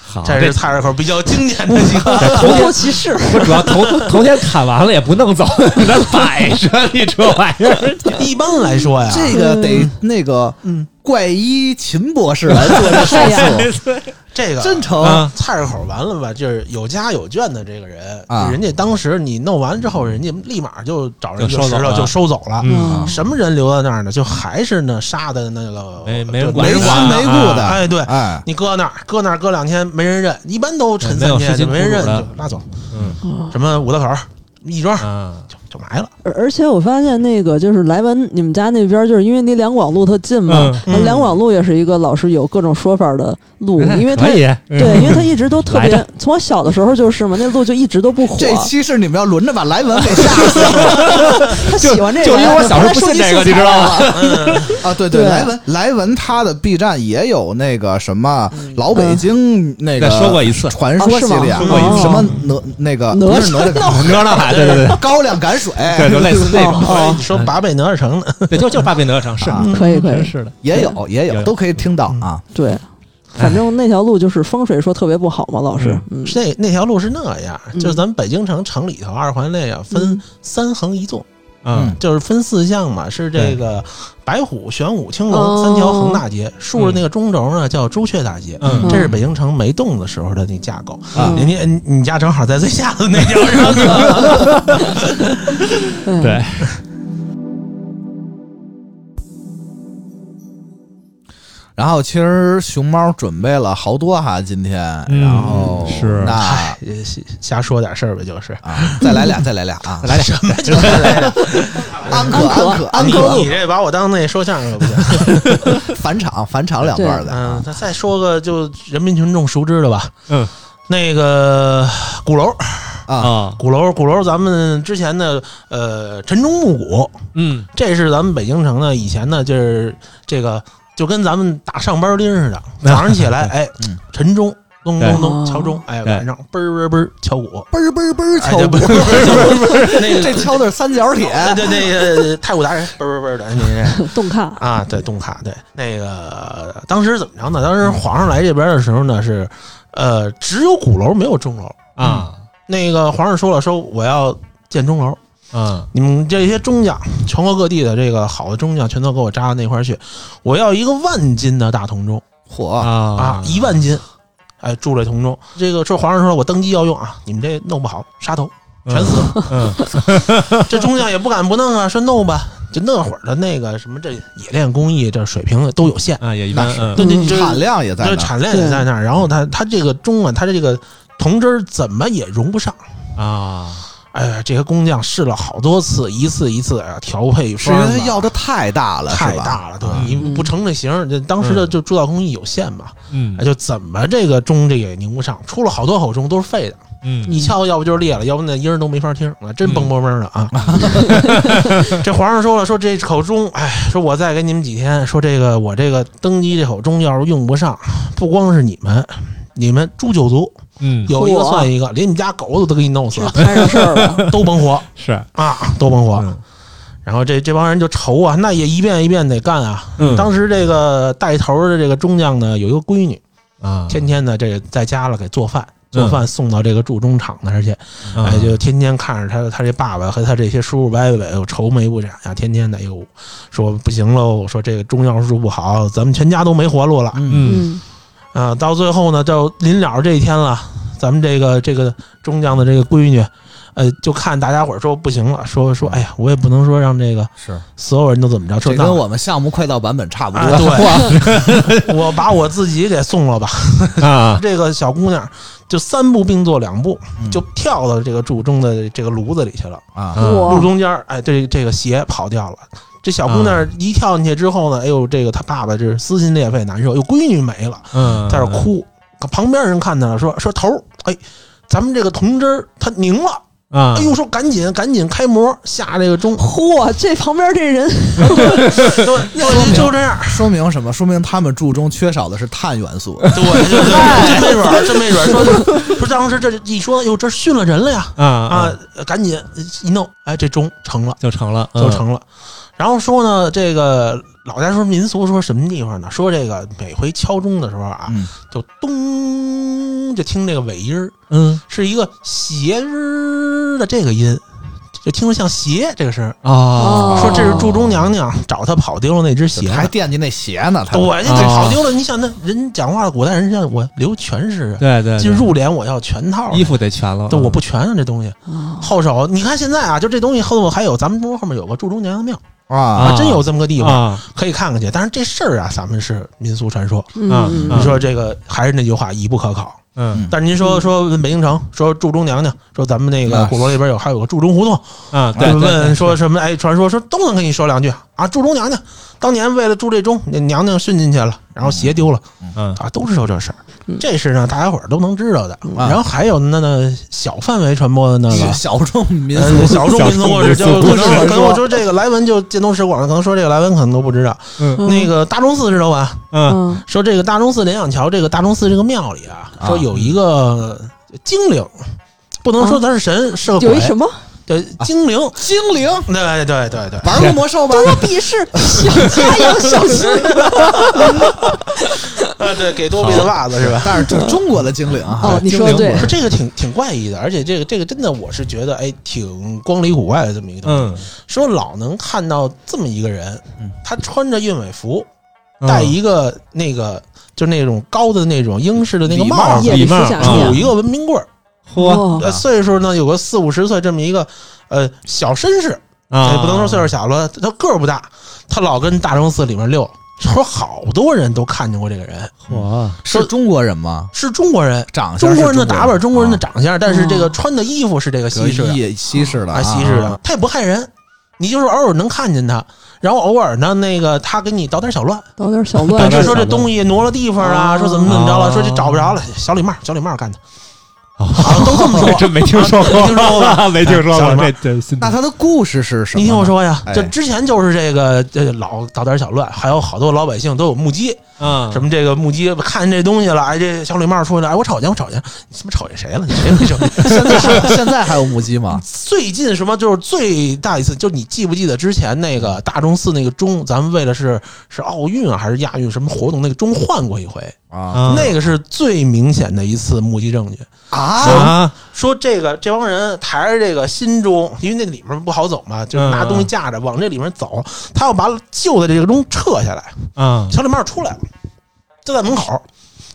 好
这是菜市口比较经典的
(laughs)
一个。
呦，头头骑士，
不主要头头天砍完了也不弄走， (laughs) 给他摆着，你这玩意儿，
一般来说呀，
这个得那个
嗯，
怪医秦博
哎
士来做这手术，
这个
真成
啊
菜市口完了吧，就是有家有眷的这个人，
啊
人家当时你弄完之后，人家立马就找人
就
就
收
拾
走
了，
了
就收走了。
嗯
什么人留在那儿呢？就还是那杀的那个，
没
就
没人管
没
人
心
管啊
没故的，
哎，对
哎，
你搁那儿，搁那儿搁两天没人认，一般都沉
没
三
有
天
事情
就没人认，
苦了
就拉走。
嗯
嗯
什么五道口、亦庄
啊， (laughs)
就就埋了。
而而且我发现那个就是莱文你们家那边，就是因为离两广路特近嘛，
嗯
嗯
两广路也是一个老是有各种说法的路，因为它
可以
对，因为它一直都特
来
别
着，
从我小的时候就是嘛，那路就一直都不火。
这期是你们要轮着把莱文给吓死
他喜欢这个，
就因为我小时候不信这个你知道
吗？
啊！对对，
对
莱文莱文他的 B 站也有那个什么老北京那个
对说过一次
传说系列，
啊是吗说过一次
什么哪那个
哪吒
不哦是哪吒赶
哪吒闹海，啊对对对，
高粱赶水
(laughs) 对，就类似那种，
哎你说
嗯
八倍哪吒城呢？
对，就就八倍哪吒是
啊
可以可
真
以，
是的，
也有也有
嗯有
都可以听到啊。
对，反正那条路就是风水说特别不好嘛，老是，嗯，
是那那条路是那样，
嗯
就是咱们北京城城里头二环内啊，分三横一纵。
嗯
就是分四项嘛，是这
对
个白虎、玄武、
哦
青龙三条横大街，竖着那个中轴呢叫朱雀大街。
嗯
这是北京城没动的时候的那架构。
啊
人家你你家正好在最下头那条上，
嗯，
对，
然后其实熊猫准备了好多哈，今天，
嗯
然后
是
那
哎 (laughs) 瞎说点事儿呗，就是。
啊，再来俩，再来俩啊，
来点
(laughs) 安可安可安
你
可
哎你这把我当那说相声可不行。 (laughs)
返场返场两段的
嗯
啊，，
那再说个就人民群众熟知的吧。
嗯，
那个鼓楼，
啊，
啊，
鼓楼，鼓楼，咱们之前的呃晨钟暮鼓，
嗯
这是咱们北京城呢，以前呢就是这个就跟咱们打上班铃似的，
嗯
早上起来，哎
嗯，
晨钟咚
对
咚咚
哦
敲钟，哎，
对
晚上嘣儿嘣儿嘣儿敲鼓，
嘣儿嘣儿嘣儿
哎
敲鼓
对，不是敲鼓那个
这敲的是三角铁，
对对那个太鼓达人嘣儿嘣儿嘣儿的，你
(laughs) 动看，
啊，对，东卡对那个当时怎么着呢？当时皇上来这边的时候呢是，呃，只有鼓楼没有钟楼。
啊
那个皇上说了，说我要建钟楼，
啊
你们这些中将，全国各地的这个好的中将，全都给我扎到那块儿去。我要一个万斤的大铜钟
嚯，
啊
啊，
一万斤，哎，铸这铜钟。这个说皇上说了，我登基要用啊，你们这弄不好杀头全死了。
嗯
(laughs) 这中将也不敢不弄啊，说弄吧。就那会儿的那个什么这冶炼工艺这水平都有限，
啊，也一般
那是
嗯
对对
嗯
这
产量也在那
这
儿，
产量也在那儿，然后它它这个钟啊，它这个铜汁儿怎么也融不上。
啊，
哎呀，这些工匠试了好多次，一次一次哎呀调配
是
方
因
啊
为它要的太大了，
太
是吧
大了，对
嗯，
你不成这形儿，这当时的
嗯
就铸造工艺有限嘛，
嗯
哎就怎么这个钟这也拧不上，出了好多口钟都是废的，
嗯
一敲要不就是裂了，要不那音儿都没法听啊，真嘣嘣嘣的啊！ (laughs) 这皇上说了，说这口钟，哎，说我再给你们几天，说这个我这个登基这口钟要是用不上，不光是你们，你们诛九族
嗯
有一个
嚯
算一个，连你们家狗都给你弄死 (laughs)
这，摊上事儿了，
都甭活
是
啊，都甭活。
嗯
然后这这帮人就愁啊，那也一遍一遍得干啊。
嗯
当时这个带头的这个中将呢，有一个闺女，
嗯
啊
天天呢这在家了给做饭，做饭送到这个铸钟厂那儿去，
嗯
哎，就天天看着他他这爸爸和他这些叔叔伯伯，我愁眉不展呀，哎天天的又说不行喽，说这个中药术不好，咱们全家都没活路了
嗯，
嗯
嗯，
啊！到最后呢，就临了这一天了，咱们这个这个中将的这个闺女。呃，就看大家伙儿说不行了，说说，哎呀，我也不能说让这个
是
所有人都怎么着，说
这
那
跟我们项目快到版本差不多
啊，对， (laughs) 我把我自己给送了吧。
啊
这个小姑娘就三步并作两步，
嗯
就跳到这个铸钟的这个炉子里去了。
(laughs) 啊，
嗯
路
我
中间儿，哎，这这个鞋跑掉了。这小姑娘一跳进去之后呢，哎呦，这个她爸爸这是撕心裂肺难受，哟，闺女没了，
嗯
在这儿哭。可旁边人看见了，说说头儿，哎，咱们这个铜汁儿它凝了，
啊，
哎呦，说赶紧赶紧开模下这个钟，
嚯，这旁边这人
对，就就这样，
说明什么？说明他们注中缺少的是碳元
(laughs)
素，
对对对，真没准儿，真没准儿。说不是当时这一说，哟，这训了人了呀！
啊
啊
啊，，
赶紧一弄，哎，这钟成了，
就成了，嗯
就成了。然后说呢，这个老家说民俗说什么地方呢？说这个每回敲钟的时候啊，
嗯，
就咚，就听这个尾音儿，
嗯
是一个斜儿的这个音，就听着像鞋这个声儿。
啊，
哦
说这是祝钟娘娘找她跑丢了那只鞋呢，
还惦记那鞋呢，他
我这
哦
跑丢了。你想那人讲话，古代人像我留全是啊。
对对，对
进入殓我要全套的
衣，服得全了，
但我
嗯
不全啊，这东西
啊
后手。你看现在啊，就这东西后头还有，咱们中国后面有个祝中娘娘庙，
啊
还真有这么个地方，
啊
可以看看去。但是这事儿啊，咱们是民俗传说。
嗯
啊
嗯
你说这个还是那句话，一不可考。
嗯
但是您说说北京城，说祝中娘娘，说咱们那个
那
鼓楼那边有还有个祝中胡同，
啊，对，
就
对
问
对
说什么？哎，传说说都能跟你说两句啊。祝中娘娘当年为了祝这钟，那娘娘训进去了，然后鞋丢了
嗯
啊，都知道这事儿
嗯。
这是呢，大家伙儿都能知道的。
啊
然后还有那呢小范围传播的那个
是。小众民俗
呃 (laughs) 小众民族故事，就
小众
可
民族
能可
传
能我
说
说这个莱文就见多识广，可能说这个莱文可能都不知道。
嗯
那个大钟寺知道吧？
嗯
嗯
说这个大钟寺连阳桥这个大钟寺这个庙里啊，
啊
说有一个精灵，不能说他是神，是个
啊有
鬼
一，什么
对精灵，
精灵
对对对对。
玩过魔兽吧
多？多鄙视，小家要小心。
啊，对，给多比的袜子是吧？
但是就中国的精灵啊，
哦，你说的对，
说这个挺挺怪异的，而且这个这个真的，我是觉得哎，挺光里古怪的这么一个东西。
嗯，
说老能看到这么一个人
嗯，
他穿着运委服，戴一个那个就那种高的那种英式的那个
礼
帽
帽
子，
夜里
礼
服
帽
下
啊
杵
面
一个文明棍儿，
嚯
哦
呃，岁数呢有个四五十岁这么一个呃小绅士，
啊，
也不能说岁数小了，他个儿不大，他老跟大钟寺里面溜，说好多人都看见过这个人，
嚯，
是中国人吗？
是中国人，
长相
中
是
国人的打扮，中国人的
啊
长相，但是这
哦
个穿的衣服是这个西式的，
也西式的
啊，西
啊
式的，他也不害人，你就是偶尔能看见他，然后偶尔呢，那个他给你捣点小乱，
搞点小乱，
但是说这东西挪了地方啊，
哦
说怎么怎么着了，
哦
说这找不着了，小礼帽，小礼帽干的，
哦，
啊，都这么说
真没听说过，
没听说过
(laughs) 没听说
小
过，
礼帽
这这新
(laughs) 那他的故事是什么？
你听我，说呀
哎，
这之前就是这个这老捣点小乱，还有好多老百姓都有目击，
嗯
啊
什么这个目击看见这东西了，哎，这小礼帽出来了，哎，我瞅见，我瞅见，你他妈瞅见谁了？你谁你瞅见？
现在 (laughs) 现在还有目击
(laughs)
吗？
最近什么就是最大一次，就是你记不记得之前那个大钟寺那个钟，咱们为了是是奥运啊还是亚运什么活动那个钟换过一回，
啊
嗯
那个是最明显的一次目击证据。
啊！
啊
说这个这帮人抬着这个新钟，因为那里面不好走嘛，就是拿东西架着往这里面走，他要把旧的这个钟撤下来，
啊
小礼帽出来了，就在门口。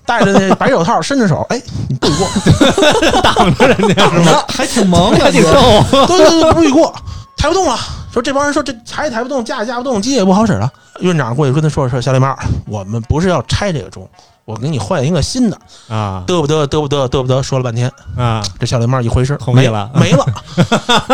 戴着那白手套，伸着手，哎，你不许过，
挡着人家是吗？
还挺萌的，
(laughs) 还挺逗，
(laughs) 对对对，不许过，抬不动了，说这帮人说这抬也抬不动，架也架不动，机也不好使了。院长过去跟他说说，小李妈，我们不是要拆这个钟，我给你换一个新的，
啊
嘚不嘚嘚不嘚嘚不嘚，说了半天，
啊，
这小雷帽一回身，
同意了
没没
(laughs)
了，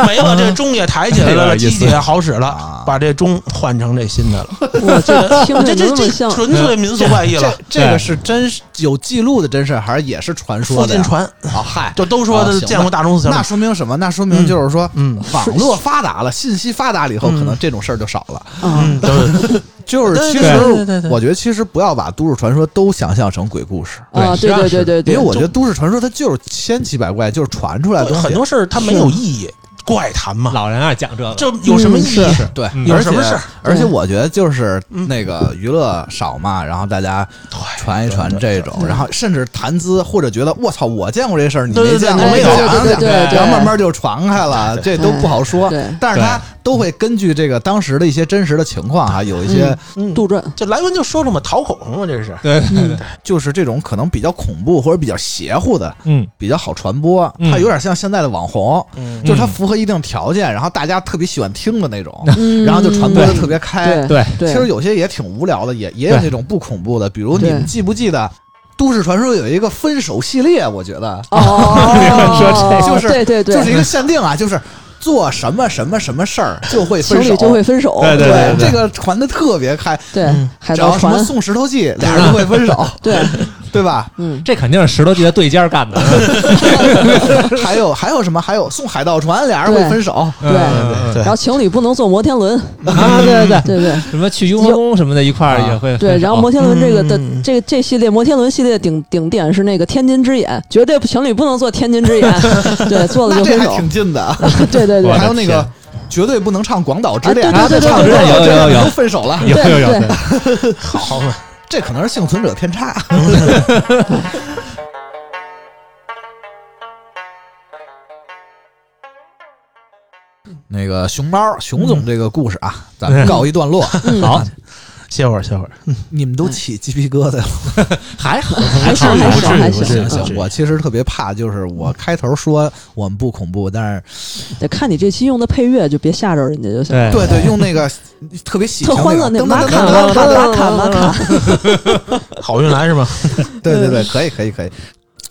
没了，这钟也抬起来
有点
了，
意
机
思
器也好使了
啊，
把这钟换成这新的了。
我这听着
这这
那么
这
像，
纯粹民俗怪异了，
这这个是真是有记录的真事儿，还是也是传说
附
的
近
呀？
传哦
啊，嗨，
就都说
啊
他
行吧
见过大钟死小
那
李，
说明什么？那说明就是说，
嗯
网络发达了，信息发达了以后，
嗯
可能这种事儿就少了。
啊，
嗯，都是
就是
对
其
对对对对
实
对
我觉得，其实不要把都市传说都想象成鬼故事，
啊，
对
对对对对
因
对，
为我觉得都市传说它就是千奇百怪，就是传出来的东西
很多事儿它没有意义，怪谈嘛，
老人爱讲这个，
这有什么意义？
对，
嗯
有
而
什么
且
事儿嗯
而且我觉得就是那个娱乐少嘛，然后大家传一传这种，然后甚至谈资或者觉得我操，我见过这事儿，你
对对
没
对
见过，
哎
我也
对
讲
对对
讲，
对对
然后慢慢就传开了，这都不好说
对对。
但是他都会根据这个当时的一些真实的情况啊，有一些
嗯，
杜撰，
这莱文就说了嘛，讨口红嘛，这是。
对对对，
就是这种可能比较恐怖或者比较邪乎的，
嗯
比较好传播，
嗯
它有点像现在的网红，
嗯
就是它符合一定条件，然后大家特别喜欢听的那种，
嗯
然后就传播的特别开。
对
对，
对，
其实有些也挺无聊的，也也有
对
那种不恐怖的，比如你
对
们记不记得《都市传说》有一个分手系列？我觉得 (laughs)
哦，
就是
对对对，
就是一个限定啊， (laughs) 就是做什么什么什么事儿就会
情
分手，
(laughs) 侣就会分手，
对对
对
对对
这个传的特别开，
对，海
只
盗
要什么
船，
送石头
(laughs)
记，俩人就会分手，
对，
对
(laughs)
吧？
嗯，
这肯定是石头记得对尖儿干的，
还有还有什么？还有送海盗船，俩人会分手。
(laughs) 对
嗯
然后情侣不能坐摩天轮，
啊，对对对，
对对
什么去雍和宫什么的，一块儿也会
对，
分手
然后摩天轮这个的
嗯
这这系列摩天轮系列顶顶点是那个天津之眼，绝对情侣不能坐天津之眼，对，坐了
那
就
这
分
还
手，
挺近的，啊
(laughs) 对对对
我的
还有那个
天
绝对不能唱《广岛之恋》，
啊对对对
唱
对对
广岛之
有有有
恋
有
都分手了，
有有有
对
有，
好嘛，
这可能是幸存者偏差。 (laughs) 那个熊猫熊总这个故事啊，咱们告一段落。 (laughs)
嗯，
好，
歇会儿，歇会儿。
你们都起鸡皮疙瘩了。(laughs)
还好，
(laughs) 还行还行嗯还
不
行
至于不，至于
嗯
行，我其实特别怕，就是我开头说我们不恐怖，但是
得看你这期用的配乐，就别吓着人家就行。
对
对对，用那个特别喜庆
哎特欢乐那
那
玛
个噔噔噔噔
卡玛
噔
卡
噔
玛卡玛卡，
好运来是吧？
对对
嗯
对，可以可以可以。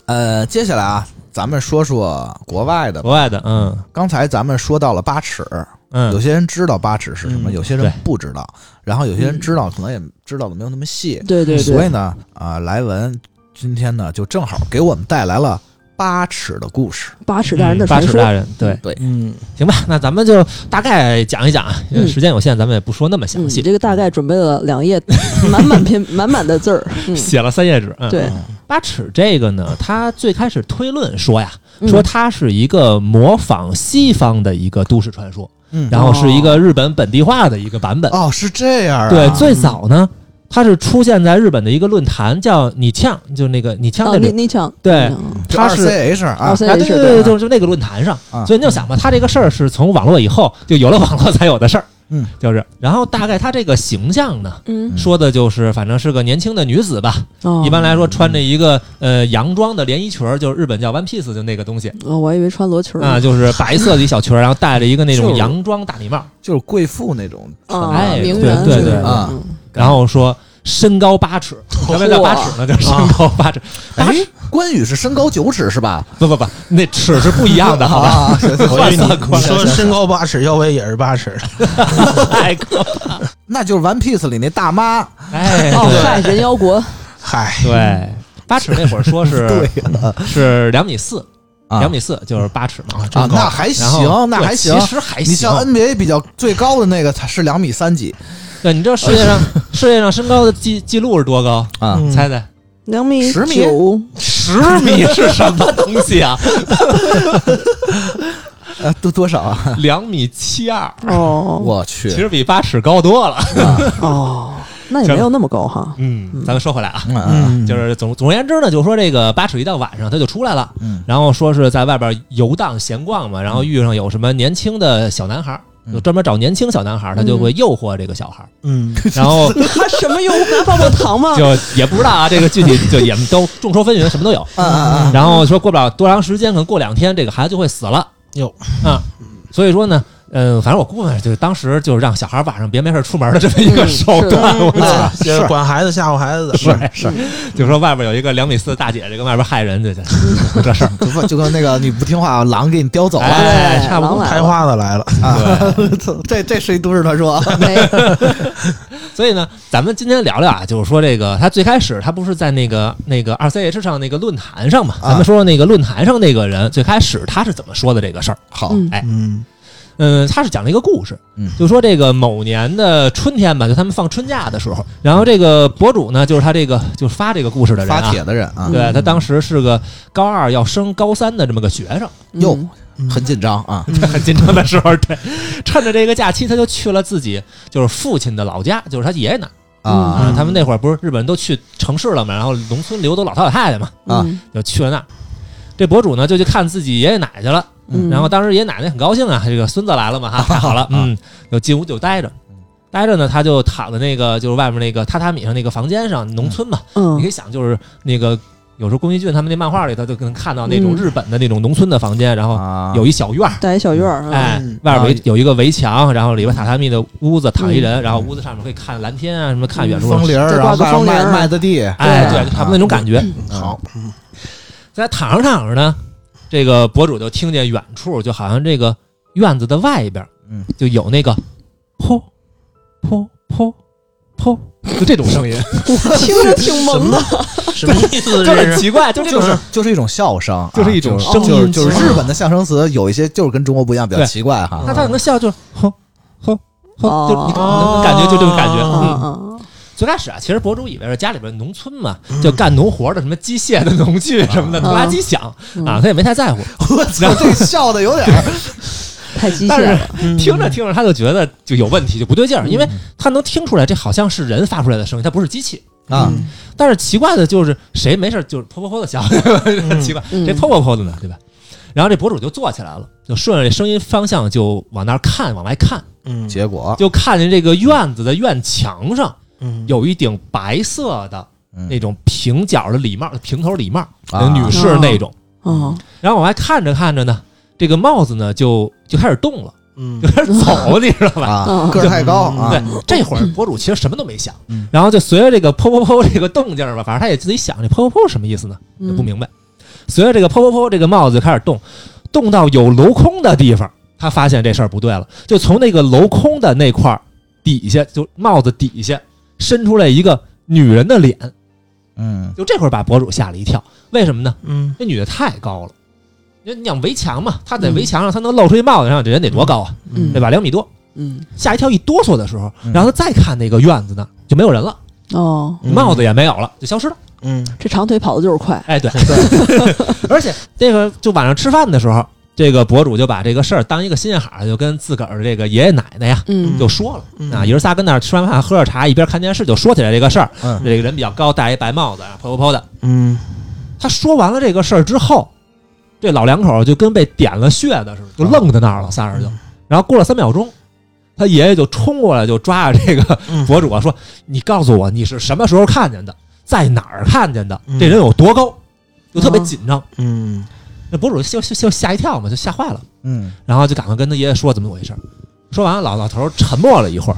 呃，接下来啊，咱们说说国外的吧。
国外的，嗯
刚才咱们说到了八尺，有
嗯，
些人知道八尺是什么，
嗯
有些人
对
不知道，然后有些人知道，可能也知道的没有那么细。
对对
所以
对，
呢，啊、莱文今天呢就正好给我们带来了八尺的故事。
八嗯尺大人的
八
传
尺
说
大，人，对，
嗯，
行吧，那咱们就大概讲一讲啊，因为
嗯
时间有限，咱们也不说那么
嗯，
详
你
细，
这个大概准备了两页， (laughs) 满满篇满满的字儿，嗯，
写了三页纸，嗯，
对，
八尺这个呢，他最开始推论说呀，
嗯
说它是一个模仿西方的一个都市传说，
嗯
然后是一
哦
个日本本地化的一个版本。
哦，是这样啊。
对，最早呢，它是出现在日本的一个论坛，叫你呛，就那个哎你呛
哦，
那
你
里，
你讲，
对
嗯
它是
C H 啊
哦，所
啊，
以
对
是
对
对
对，就就那个论坛上，
啊
所以你就想吧，他这个事儿是从网络以后就有了网络才有的事儿，
嗯，
就是，然后大概他这个形象呢，
嗯，
说的就是反正是个年轻的女子吧，
哦
一般来说穿着一个呃洋装的连衣裙儿，就是日本叫 one piece 就那个东西
哦我还以为穿罗裙儿
啊，
呢，
就是白色的一小裙儿，然后戴着一个那
就
种
是
洋装大礼帽，
就是贵妇那种
啊，
哎
名
对
媛
对
是
对
吧
啊
嗯
然后说身高八尺，要不然叫八尺呢？叫身高八尺，八
哎
尺，
关羽是身高九尺是吧？
不不不，那尺是不一样的，好吧？
啊，行行
(laughs) 我以为你
换算过
你
来
(laughs) 说身高八尺，腰围也是八尺，
太可
那就是《One Piece》里那大妈。啊
哎，
哦，
对
嗨，人妖国，
嗨，
(laughs) 对，八尺那会儿说是
对啊
(laughs) 是两米四，
啊
两米四就是八尺嘛。
啊，那还
然后
行，那
对
还行
其。实还
你像
行。
NBA 比较最高的那个，他是两米三几
对，你知道
(laughs)
世界上世界上身高的记记录是多高？
啊
嗯
猜猜，
两米
10米
九，
十米是什么东西啊？
呃，多多少啊？
两米七
(laughs)
二，
哦
我去
其实比八尺高多了。
哦，那也没有那么高哈，
嗯，咱们说回来啊，
嗯嗯
嗯，
就是总总而言之呢，就说这个八尺一到晚上他就出来了，
嗯
然后说是在外边游荡闲逛嘛，然后遇上有什么年轻的小男孩儿，
嗯
就专门找年轻小男孩儿，他就会诱惑这个
(laughs)
小孩儿，
嗯，
然后
他什么用拿棒棒糖
(laughs)
吗？
就也不知道啊，这个具体就也都众说纷纭，什么都有。
嗯嗯嗯，
然后说过不了多长时间，可能过两天这个孩子就会死了
哟
啊。所以说呢，嗯，反正我估摸着就是当时就是让小孩晚上别没事出门的这么一个
嗯
手段，我
(laughs)
觉得
啊，就是管孩子吓唬孩子，
是是，就说外边有一个两米四的大姐姐跟外边害人去去，就这事儿，
就问就跟那个 (laughs) 你不听话，狼给你叼走了。
哎，
对
差不多
狼。来
开
了，
花的来了，
啊， (laughs) 这这是一都市传说。
没
所以呢，咱们今天聊聊啊，就是说这个他最开始他不是在那个那个 RCH 上那个论坛上嘛，
啊
咱们说说那个论坛上那个人最开始他是怎么说的这个事儿。哎
好，
嗯
嗯，
嗯，他是讲了一个故事，
嗯
就说这个某年的春天吧，就他们放春假的时候，然后这个博主呢，就是他这个就是发这个故事的人
发
啊，
帖的人啊，
对他当时是个高二要升高三的这么个学
(laughs)
生， (laughs)
哟
嗯
很紧张啊。
很紧张的时候， (laughs) 对，趁着这个假期，他就去了自己就是父亲的老家，就是他爷爷那儿。
啊，
嗯
啊，他们那会儿不是日本人都去城市了嘛，然后农村留都老头老太太嘛，
啊
嗯
就去了那儿。这博主呢就去看自己爷爷奶奶去了，
嗯
然后当时爷爷奶奶很高兴啊，这个孙子来了嘛，
(laughs)
哈，太好了，嗯，就进屋就待着。待着呢，他就躺在那个就是外面那个榻榻米上那个房间上，农村嘛，你可
嗯
以想就是那个有时候宫崎骏他们那漫画里头就可能看到那种
嗯
日本的那种农村的房间，然后
啊
嗯有一小院儿，
带一小院儿，啊
哎
嗯，
外边
啊
围有一个围墙，然后里边榻榻米的屋子躺一人，然后屋子上面可以看蓝天啊，什么看远处
风铃儿，
再
然
挂
啊
后外
个
面
风铃
麦
儿啊嗯
麦子地，
哎，
对
对，就差不多那种感觉。
嗯
好，
在躺着躺着呢，这个博主就听见远处，就好像这个院子的外边，
嗯，
就有那个噗噗噗噗， (laughs) 就这种声音，
(laughs) 听着挺萌的，
什么意
就
思？这
很
(laughs)
是
奇怪，就这
就
种声
是。就是一种笑声啊，
就是一种
就
声
是
音
就是就是日本的象声词有一些就是跟中国不一样，比较
对
奇怪哈
嗯
(laughs) 那。他可能笑就是哼哼哼，就你
哦
感觉就这种感觉。
啊
嗯，
啊
最开始啊，其实博主以为是家里边农村嘛，就干农活的，什么机械的农具什么的，
啊
拉机响
嗯嗯
啊，他也没太在乎。
我 (laughs) 操，这笑的有点
(laughs)
儿
太机
但
械嗯
是
了，
听着听着，他就觉得就有问题，就不对劲儿，因
嗯
为他能听出来这好像是人发出来的声音，它不是机器。
啊，
但是奇怪的就是，谁没事儿就是噗噗噗的响， (laughs) 奇怪，
嗯
谁噗噗噗的呢，对吧？然后这博主就坐起来了，就顺着这声音方向就往那儿看，往外看，
嗯
结果
就看见这个院子的院墙上
嗯
有一顶白色的
嗯
那种平角的礼帽，平头礼帽，
啊
女士那种。
啊，
然后往外看着看着呢，这个帽子呢就就开始动了，
嗯
就开始走，你知道吧？
啊
嗯
个儿太高
嗯
啊
对，这会儿博主其实什么都没想
嗯，
然后就随着这个“噗噗噗”这个动静儿吧，反正他也自己想这“噗噗噗”什么意思呢，
嗯
嗯
也不明白。随着这个“噗噗噗”这个帽子就开始动，动到有镂空的地方，他发现这事儿不对了，就从那个镂空的那块儿底下，就帽子底下伸出来一个女人的脸，
嗯
就这会儿把博主吓了一跳，为什么呢？
(laughs) 嗯
这女的太高了。你你想围墙嘛，她在围墙上，她能露出一帽子上，这人得多高啊，
嗯
对吧？两米多，
嗯
吓一跳一哆嗦的时候
嗯，
然后他再看那个院子呢，就没有人了，
哦，
(laughs) 帽子也没有了，就消失了。
嗯
这长腿跑的就是快，
哎，对， (laughs) 而且这个就晚上吃饭的时候，这个博主就把这个事儿当一个心眼哈，就跟自个儿的这个爷爷奶奶呀。
嗯
就说了
嗯
啊，爷儿仨跟那儿吃完饭喝着茶，一边看电视，就说起来这个事儿。
嗯
这个人比较高，戴一白帽子，啊，泼泼泼的。
嗯
他说完了这个事儿之后，这老两口就跟被点了穴的
啊
似的，就愣在那儿了，仨人就。然后过了三秒钟，他爷爷就冲过来，就抓着这个
嗯
博主啊，说：“你告诉我，你是什么时候看见的，在哪儿看见的
嗯？啊
这人有多高？”就特别紧张，
嗯
那博主就就就吓一跳嘛，就吓坏了，
嗯
然后就赶快跟他爷爷说怎么回事儿。说完了，老老头儿沉默了一会儿，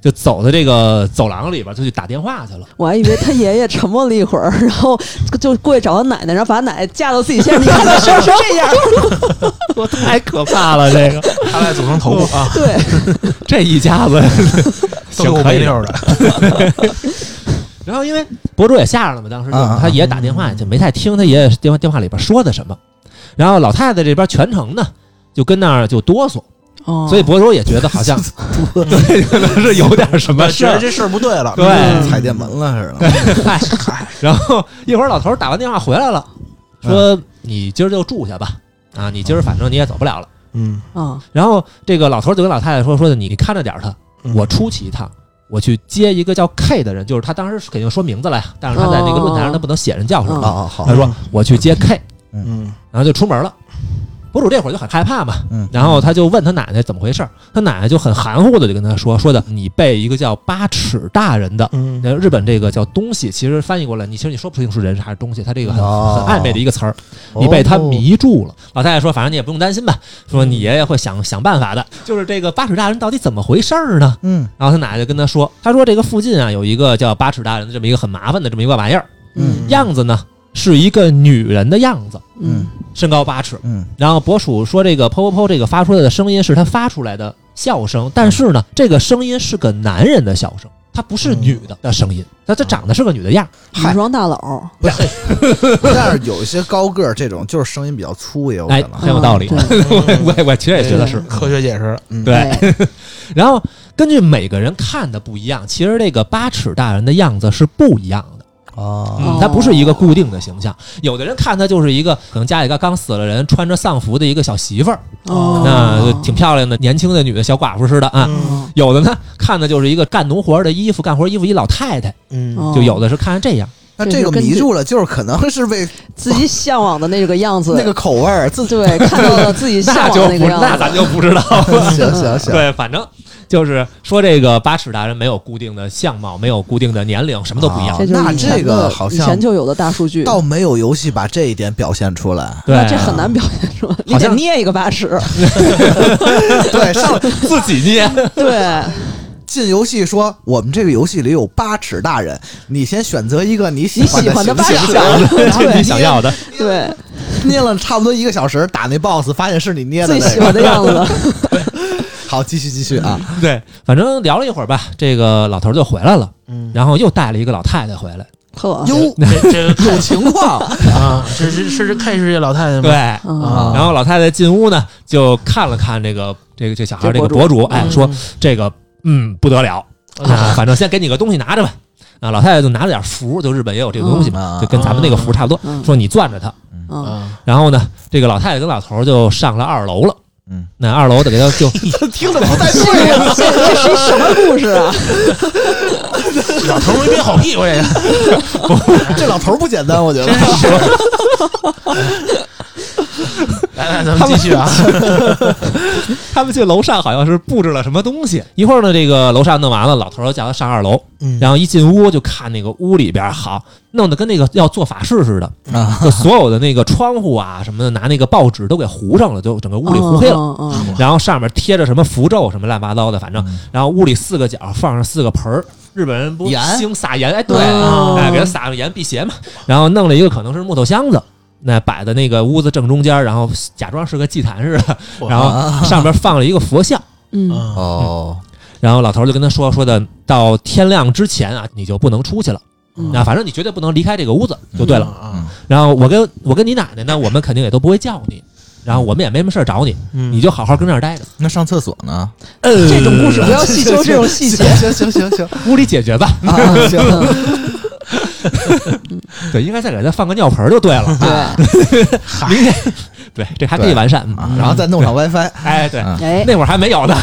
就走到这个走廊里边，就去打电话去了。
我还以为他爷爷沉默了一会儿， (laughs) 然后就过去找他奶奶，然后把他奶奶架到自己身上，你看他是不是这样？
我太可怕了，这个哦
他俩组成头部啊，
对，
(laughs) 这一家子
都够
行可
没
以
溜的，
然后因为博主也吓着了嘛，当时就
嗯嗯嗯
他爷爷打电话就没太听他爷爷电话电话里边说的什么，然后老太太这边全程呢就跟那儿就哆嗦，
哦
(laughs) 所以博主也觉得好 (laughs) 像对可能是 (laughs) 有点什么事
觉得
儿。
这事儿不对了，
对
嗯踩电门了似的。
(laughs) 嗨然后一会儿老头儿打完电话回来了，说你今儿就住下吧，啊，你今儿反正你也走不了了。
嗯，
啊，
然后这个老头儿就跟老太太说说的你看着点儿他，
嗯
我出去一趟，我去接一个叫 K 的人，就是他当时肯定说名字来，但是他在那个论坛上他不能写人叫什么
啊
的，
啊好
他，说我去接 K，
嗯
然后就出门了。博主这会儿就很害怕嘛，
嗯
然后他就问他奶奶怎么回事儿，他奶奶就很含糊的就跟他说，说的你被一个叫八尺大人的。
嗯
那日本这个叫东西，其实翻译过来，你其实你说不清是人还是东西，他这个很、
哦
很暧昧的一个词儿，你被他迷住了。老太太说，反正你也不用担心吧，说你爷爷会想想办法的。就是这个八尺大人到底怎么回事儿呢？
嗯
然后他奶奶就跟他说，他说这个附近啊有一个叫八尺大人的这么一个很麻烦的这么一个玩意儿，
嗯
样子呢是一个女人的样子，
嗯
身高八尺。
嗯
然后博主说这个“噗噗噗”这个发出来的声音是他发出来的笑声，但是呢，这个声音是个男人的笑声，它不是女的的声音，那它长得是个女的样儿。
女装大佬，
(laughs) 但是有一些高个儿这种就是声音比较粗，也有可
哎，
能
很。有道理。
嗯
我我我其实也觉得是
嗯
科学解释了，
(laughs)
嗯，
对。然后根据每个人看的不一样，其实这个八尺大人的样子是不一样的。
哦
嗯，它不是一个固定的形象。有的人看他就是一个可能家里刚刚死了人，穿着丧服的一个小媳妇儿，
哦，
那就挺漂亮的，年轻的女的小寡妇似的啊。
嗯
有的呢，看的就是一个干农活儿的衣服，干活儿衣服一老太太，
嗯
哦
就有的是看这
(laughs)
样。
那
这
这个
就根
迷
据
住了，就是可能是被
自己向往的 (laughs) 那个样子，
那个口味儿自己。
对，看到了自己向
那
往
就不
的个样
(laughs) 那
子，
咱就不知道
(laughs)
了。
(laughs) 行行行，
对，反正就是说这个八尺大人没有固定的相貌，没有固定的年龄，什么都不一样。。
哦
这就是
那
以前
这个
的
好
以
像
前就有的大数据，
倒没有游戏把这一点表现出来
对，
那这很难表现出来，你得
像
捏一个
(laughs)
八尺，
对，上来
自己
(laughs)
捏。
对，
进游戏说我们这个游戏里有八尺大人，你先选择一个你喜
你喜欢
的
的八
形
尺
象，
(laughs)
然后
这你想要的，
对
(laughs) 捏了差不多一个小时，打那 BOSS 发现是你捏的
最
那
喜
个。
欢的样子， (laughs)
好，继续继续啊，
对，反正聊了一会儿吧，这个老头儿就回来了，
嗯
然后又带了一个老太太回来，
呵，
哟，
这这
有情况，
个啊，这是是是 K 世界老太太
对，
啊，
吗？
然后老太太进屋呢，就看了看这个这个这小孩儿
这
这个
博
博
主
主，哎，
嗯
说这个嗯不得了啊，反正先给你个东西拿着吧。啊，老太太就拿了点符，就日本也有这个东西嘛，
嗯
就跟咱们那个符差不
嗯
多。说你攥着它，
嗯，
啊，
然后呢，这个老太太跟老头儿就上了二楼了。
嗯，
那二楼得给他就
听着不太
这
对
这这是一什么故事啊？
老头儿没憋好屁 (laughs) 股这个，
啊，这老头儿不简单，我觉得。
来来，咱们继续啊，
(laughs) 他们去楼上好像是布置了什么东西。一会儿呢，这个楼上弄完了，老头儿叫他上二楼，
嗯
然后一进屋就看那个屋里边儿好弄得跟那个要做法事似的，
啊，
就所有的那个窗户啊什么的，拿那个报纸都给糊上了，就整个屋里糊黑了。
嗯，嗯嗯
然后上面贴着什么符咒什么乱七八糟的，反正
嗯
然后屋里四个角放上四个盆儿，日本人不
盐
兴撒盐，哎对，
哦
哎给他撒上盐辟邪嘛。然后弄了一个可能是木头箱子，那摆在那个屋子正中间，然后假装是个祭坛似的，然后上面放了一个佛像。
嗯，
啊
哦，
然后老头儿就跟他说说的，到天亮之前啊，你就不能出去了。
嗯
那反正你绝对不能离开这个屋子就对了。
啊，
然后我跟我跟你奶奶呢，我们肯定也都不会叫你，然后我们也没什么事儿找你，
嗯
你就好好跟那儿待着，
那上厕所呢？
这种故事不要哦细究这种细节，
行行行行
屋里解
(laughs)
决吧。
啊，行，
对，应该再给他放个尿盆儿就对了。
对，
(laughs) 明天对，这还可以完善。
啊
嗯
然后再弄上 WiFi，
哎，对，
嗯
哎，
那会儿还没有
(laughs)
呢。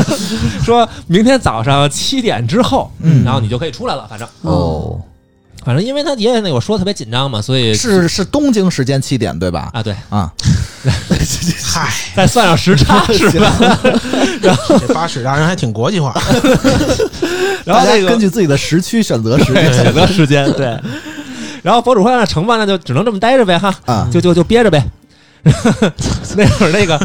(laughs) 说明天早上七点之后，
嗯
然后你就可以出来了。反正
哦，
反正，因为他爷爷那会儿说特别紧张嘛，所以
是是东京时间七点对吧？
啊，对，
啊，
嗨，
再算上
(laughs)
时差是吧？
这八尺大人还挺国际化， (laughs)
然后
大
那
家
个
根据自己的时区选择
(laughs)
时间
选择时间，对。然后博主会让承办，那就只能这么待着呗，哈，
啊。
就就就憋着呗。 (laughs) 那会儿
(laughs)
那个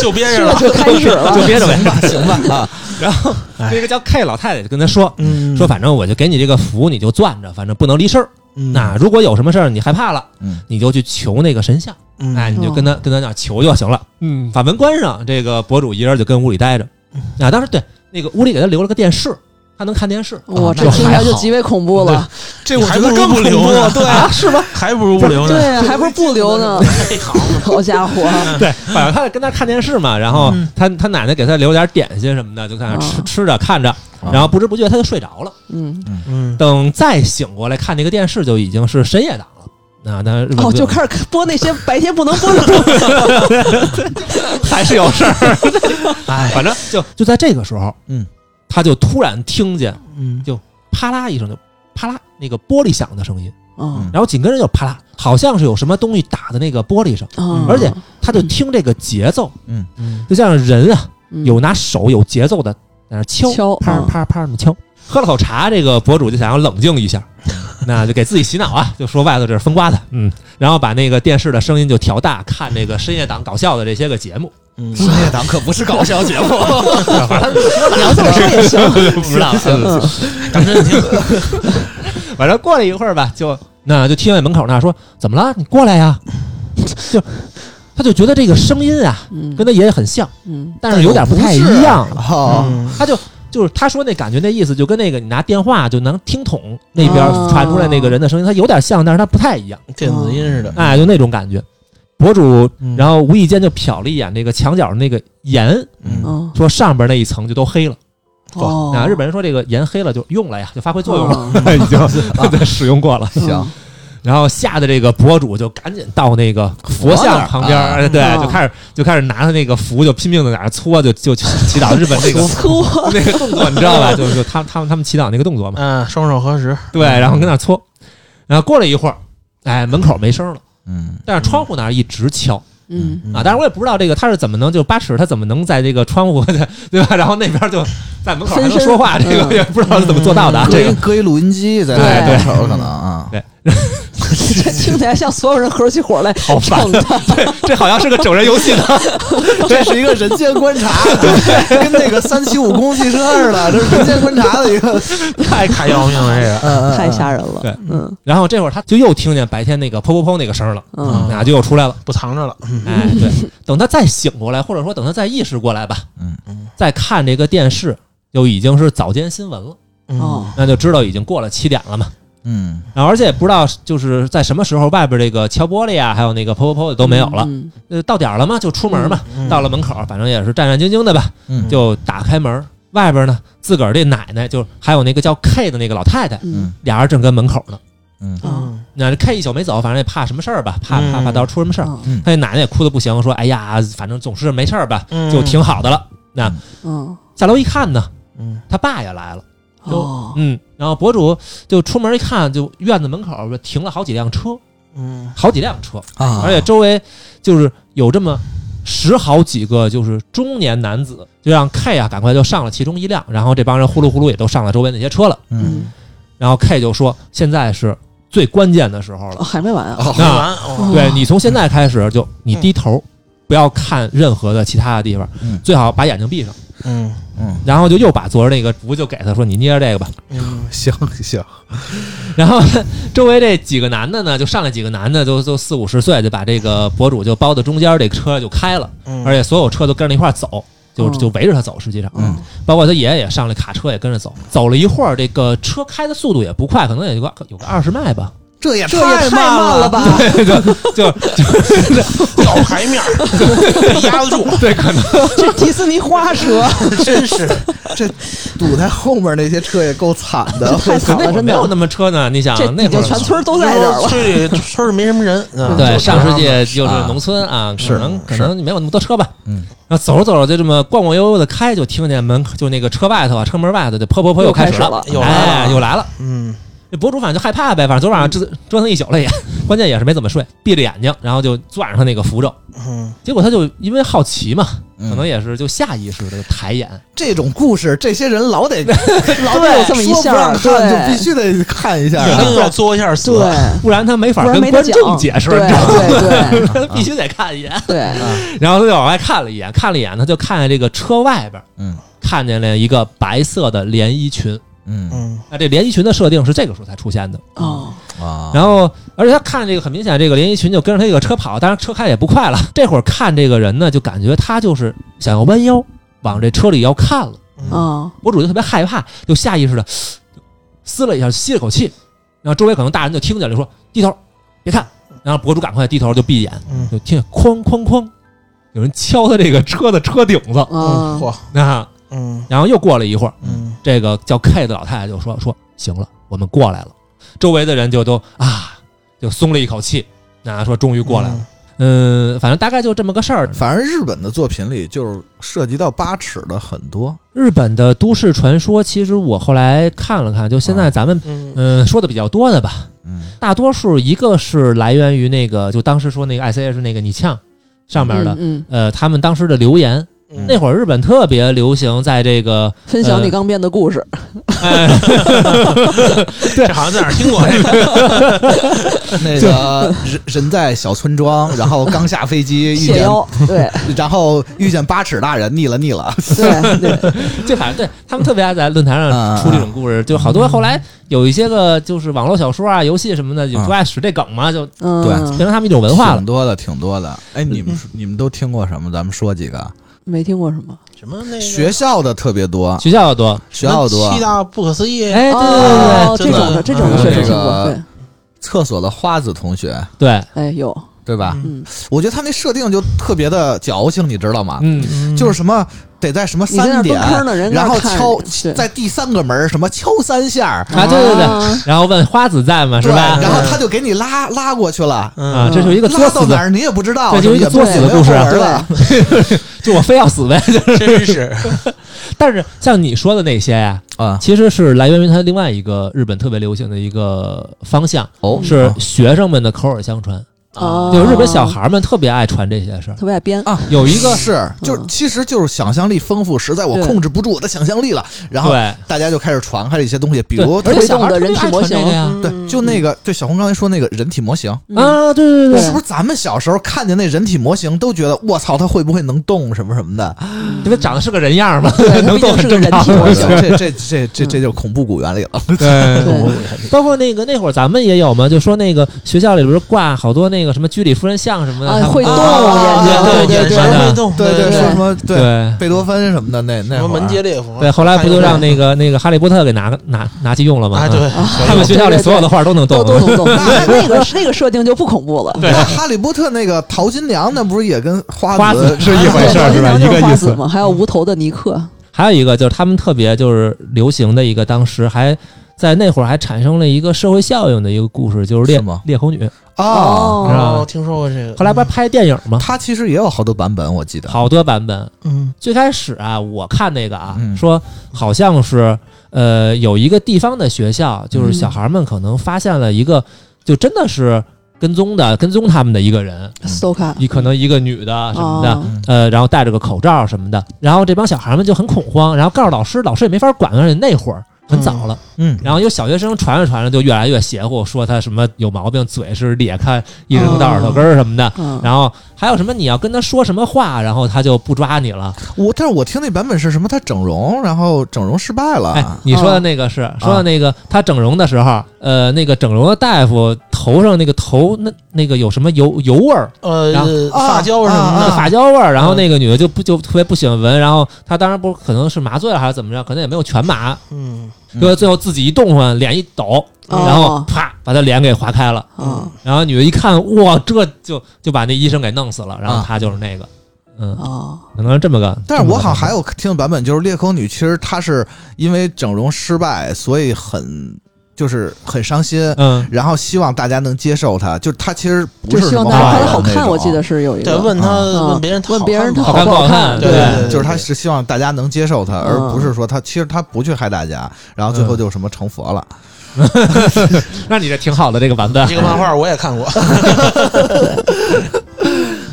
就憋
这
着了，
就开始了，
就憋着呗，
(laughs) 行吧啊，
然后那个叫 K 老太太就跟他说
嗯
说，反正我就给你这个符，你就攥着，反正不能离身儿。
嗯
那如果有什么事儿你害怕了，
嗯哦
你就去求那个神像，
嗯
哎，你就跟他跟他那儿求就行了。嗯，把门关上，这个博主一人就跟屋里待着。
嗯
啊，当时对那个屋里给他留了个电视，他能看电视。
我这
就
听起来
啊还
就
好
极为恐怖了，
这
哦我
还
觉得
不如
更
不留
恐怖
呢，
对
啊，是吧？还不如不留呢，
对，还不是不
(laughs)
留呢，好家伙，啊
对，反正他跟他看电视
(laughs)
嘛，然后
嗯
他他奶奶给他留点点心什么的，就
哦
在那吃
嗯
吃着看着，然后不知不觉他就睡着了。
嗯，
嗯，
等再醒过来看那个电视，就已经是深夜档了。那那日本
哦，就开始播那些白天不能
(laughs)
播的东西，
还是有事 (laughs) 儿，
哎，
反正就就在这个时候，
嗯，
他就突然听见
嗯
啪啦一声就啪啦那个玻璃响的声音，
嗯
然后紧跟着就啪啦，好像是有什么东西打在那个玻璃上，
嗯
而且他就听这个节奏，
嗯
就像人啊，
嗯
有拿手有节奏的在那敲，
敲
啪
嗯
啪啪那么敲。喝了口茶，这个博主就想要冷静一下， (laughs) 那就给自己洗脑啊，就说外头这是风刮的，嗯，然后把那个电视的声音就调大，看这个深夜档搞笑的这些个节目，
嗯，
深夜档可不是搞笑
(laughs)
节目，
你要这么说也行，
不
(laughs)
知道，
啊
嗯
当真挺
反正过了一会儿吧，就那就听见门口那说怎么了？你过来呀， (laughs) 就他就觉得这个声音啊
嗯
跟他爷爷很像，
嗯
但是有点不太一样，
哦，
嗯
他就就是他说那感觉那意思就跟那个你拿电话就能听筒那边
哦
传出来那个人的声音，他有点像，但是他不太一样，
电子音似的。
哎，就那种感觉。博主
嗯，
然后无意间就瞟了一眼那个墙角那个盐，
嗯，
嗯
说上边那一层就都黑了。
哦，
啊，日本人说这个盐黑了就用了呀，就发挥作用 (laughs) 了，嗯啊
哦
已经对使用 (laughs) 过了。
嗯
行
然后吓得这个博主就赶紧到那个佛像旁边，
佛那儿
哎对，
嗯
就开始就开始拿他那个符，就拼命的在那儿搓，就就就祈祷日本那 (laughs) 个
搓
那个动作，你知道吧？就就他他们他们祈祷那个动作嘛，
嗯，双手合十，
对，然后跟那儿搓，然后过了一会儿，哎，门口没声了，
嗯，
但是窗户那儿一直敲
嗯
啊，当然我也不知道这个他是怎么能就八尺他怎么能在这个窗户对吧？然后那边就在门口还能说话，
分
这
身嗯
个也不知道是怎么做到的啊，
搁
这个
一搁一录音机在
对
那
对
门口可能啊，
这听起来像所有人合起伙来
好烦 (laughs)
整的，
这好像是个整人游戏呢。 (laughs)
这是一个人间观察，跟那个三七五公共汽车似
(laughs)
的，这是人间观察的一个，
太太要命了，这个。
嗯
太吓人了。
对
嗯
然后这会儿他就又听见白天那个砰砰砰那个声儿了，
嗯
啊，就又出来了。
不藏着了，
哎，对，等他再醒过来，或者说等他再意识过来吧，
嗯
嗯，
再看这个电视，就已经是早间新闻了，
哦，
那就知道已经过了七点了嘛。
嗯
然后而且也不知道就是在什么时候，外边这个敲玻璃啊，还有那个砰砰砰的都没有了。
嗯
呃，到点儿了嘛，就出门嘛。
嗯
到了门口，反正也是战战兢兢的吧，
嗯
就打开门。外边呢，自个儿这奶奶就还有那个叫 K 的那个老太太，
嗯
俩人正跟门口呢。
嗯
啊
嗯，
那这 K 一宿没走，反正也怕什么事儿吧，怕怕怕到时候出什么事儿。
啊
嗯
他那奶奶也哭的不行，说：“哎呀，反正总是没事儿吧，
嗯
就挺好的了。
嗯
下楼一看呢，
嗯
他爸也来了，
哦
嗯，然后博主就出门一看，就院子门口停了好几辆车，
嗯
好几辆车，
啊
而且周围就是有这么十好几个就是中年男子，就让 K 啊赶快就上了其中一辆，然后这帮人呼噜呼噜也都上了周围那些车了。
嗯，
然后 K 就说：“现在是最关键的时候了，
哦还没完啊！
哦
没完，哦
对你从现在开始就你低头，不要看任何的其他的地方
嗯，
最好把眼睛闭上。”
嗯
嗯
然后就又把昨儿那个符就给他说：“你捏着这个吧。
嗯，
行行，”
然后周围这几个男的呢，就上来几个男的，都都四五十岁，就把这个博主就包到中间，这车就开了，
嗯
而且所有车都跟着一块儿走，就
嗯
就围着他走。实际上，
嗯
包括他爷爷也上来，卡车也跟着走。走了一会儿，这个车开的速度也不快，可能也有个有个二十迈吧，
这也
这也太慢了
了？
吧！
(laughs) 就
老牌面儿压得住，
(laughs) 对，可能
这迪士尼花车
真是
这堵在后面那些车也够惨
(laughs)
的，
太惨
那会
了，
儿
真
没
的
有。那么车呢。你想
这
啊那
已
会
经
儿
全村都在这
(laughs)
儿了，
村里村里没什么人，嗯
对，
就
上世
他们
纪就是
啊
农村啊，
是
可能可
是
能没有那么多车吧。
嗯，
然后走着走着就这么逛逛悠悠的开，就听见门口就那个车外头啊，车门外头就噗噗噗
又
开
开始
了
了，
又来了
哎，又来了。
嗯
这博主反正就害怕呗，反正昨晚上折折腾一宿了也， (laughs) 关键也是没怎么睡，闭着眼睛，然后就攥着他那个符咒，
嗯，
(laughs) 结果他就因为好奇嘛，
嗯
可能也是就下意识的抬眼，
这种故事，这些人老
(laughs)
得老
对
得
有这么一
说
下
不让看
对
就必须得看一下
一定
啊。
要作一下死
对，，
不然他没法
不然
跟
没
观
得
众
讲。
解释，
对
你知道 (laughs) 吗？
对对
他必须得看一眼， (laughs)
对，
然后他就往外看了一眼，看了一眼，他就看见这个车外边，
嗯，
看见了一个白色的连衣裙。
嗯
嗯
那这连衣裙的设定是这个时候才出现的，
哦，
啊，
然后，而且他看这个很明显，这个连衣裙就跟着他这个车跑，当然车开得也不快了。这会儿看这个人呢，就感觉他就是想要弯腰往这车里要看了。
嗯
哦，
博主就特别害怕，就下意识的撕了一下，吸了口气。然后周围可能大人就听见了，说低头别看。然后博主赶快低头就闭眼，
嗯
就听见哐哐哐，有人敲他这个车的车顶子。
嗯，
嗯，
嚯，
那
嗯
然后又过了一会儿，
嗯
这个叫 K 的老太太就说说行了，我们过来了。周围的人就都啊，就松了一口气，啊，说终于过来了。，嗯、反正大概就这么个事儿。
反正日本的作品里就是涉及到八尺的很多，
日本的都市传说，其实我后来看了看，就现在咱们
嗯
嗯、说的比较多的吧，
嗯
大多数一个是来源于那个，就当时说那个 ICH 那个你呛上面的，
嗯，嗯
呃，他们当时的留言。
嗯
那会儿日本特别流行在这个，
分享
呃
你刚编的故事，
哎，
(laughs) 这好像在哪儿听过。这个
那个人人在小村庄，然后刚下飞机遇
(laughs) 谢
见，
(laughs)
邀，对
然后遇见八尺大人，腻了腻了，
(laughs)
对对，
这反正对他们特别爱在论坛上出这种故事，就好多后来有一些个就是网络小说啊、游戏什么的，就不爱使这梗嘛，就变
嗯，
成他们一种文化了
挺。多的，挺多的。哎，你们你们都听过什么？咱们说几个，
没听过什么，
什么那个
学校的特别多，
学校多，
学校多
七，大不可思议，
哎，对对
哦，
对
这
对
种的
真
这
的
种的确实
嗯
听过，
这
对，
厕所的花子同学，
对对，
哎有，
啊
对吧？
嗯，
我觉得他那设定就特别的矫情，你知道吗？
嗯，
就是什么得在什么
你在那
三
儿
点
蹲，坑呢，人在
然
那
后
儿看
敲
着对
在第三个门儿什么敲三下儿，
啊，对对
啊
对，然后问花子在吗？是啊吧？
然后他就给你拉拉过去了，
啊，这是一个作
拉到
死
哪
的，
儿你也不知道，
这就是一个作死的故事啊
也没有后文了
就我非要死呗。
真是
(laughs) 但是像你说的那些呀，
啊。
其实是来源于它另外一个日本特别流行的一个方向，
哦
是学生们的口耳相传。
哦
就日本小孩们特别爱传这些事儿。
特别爱编，
啊，
有一个
是，就是其实就是想象力丰富，实在我
嗯对
控制不住我的想象力了，然后
对，
大家就开始传开了一些东西，比
对
如
而且小孩
推动的人体模型
特别爱传这个呀
对，就那个对小红刚才说那个人体模型，
嗯
啊，对对对
对
是不是咱们小时候看见那人体模型都觉得我操，它会不会能动什么什么的？
因为长得是个人样儿嘛，(laughs)
对
能动
毕竟是个人体模
我
(laughs)
型
操这这这这这就是恐怖谷原理了。
对，
对，
包括那个那会儿咱们也有嘛，就说那个学校里不是挂好多那个什么居里夫人像什么的，
啊
他们
会动
啊
对
眼睛，对
眼
对
神
对
的
会动，
对
对
说什么对
对
贝多芬什么的那那
什么
会儿
门捷列夫，
对，后来不就
还有
让那个那个哈利波特给拿拿拿去用了吗？
啊对，
他们学校里所有的画都能动
都，都懂懂，那那个那个设定就不恐怖了，
那哈利波特那个淘金娘，那不是也跟花
花
子
子
是
一
回事儿是吧一个意思
嘛，还有无头的尼克，
(laughs) 还有一个就是他们特别就是流行的一个，当时还在那会儿还产生了一个社会效应的一个故事，就是
是
猎
吗
猎猴女。
啊？
是
哦
吧
哦，听说过这个。
后来不是拍电影吗？
它其实也有好多版本，我记得。
好多版本。
嗯，
最开始啊，我看那个啊，
嗯
说好像是呃有一个地方的学校，
嗯
就是小孩们可能发现了一个，就真的是跟踪的跟踪他们的一个人，
，Stoka
你可能一个女的什么的。
哦
呃，然后戴着个口罩什么的，然后这帮小孩们就很恐慌，然后告诉老师，老师也没法管，而且那会儿很早了，
嗯，
然后有小学生传着传着就越来越邪乎，说他什么有毛病，嘴是裂开，一直能到耳
哦
朵根儿什么的，
嗯，
然后还有什么你要跟他说什么话，然后他就不抓你了。
我但是我听那版本是什么？他整容，然后整容失败了。
哎，你说的那个是、
啊
说的那个他整容的时候，呃，那个整容的大夫头上那个头那那个有什么油油味儿，
呃
然后，
发胶什
啊
么
那
的，
个发胶味儿，然后
嗯
那个女的就不就特别不喜欢闻，然后她当然不可能是麻醉了还是怎么着，可能也没有全麻，
嗯，
嗯
就是最后自己一动换，脸一抖，
哦
然后啪把她脸给划开了。
嗯
然后女的一看，哇，这就就把那医生给弄死了，然后她就是那个，嗯，
哦，
可能是这么个。
啊但是我好像
这么
还有听的版本，就是裂口女，其实她是因为整容失败，所以很就是很伤心，
个嗯，
然后希望大家能接受她，就是她其实不
就是希
什
望
么
大家
坏
看
人
着好
那
看，
种啊
我记得是有一
对，
个，
问他
嗯
啊问别人他好
问别人他
好
看
看
不
不好
看，
看
对
对
就是她是希望大家能接受她，而
嗯
不是说她其实她不去害大家，然后最后就什么成佛了。
嗯
那你这挺好的这个版本
这，个漫画我也
(laughs)
看过，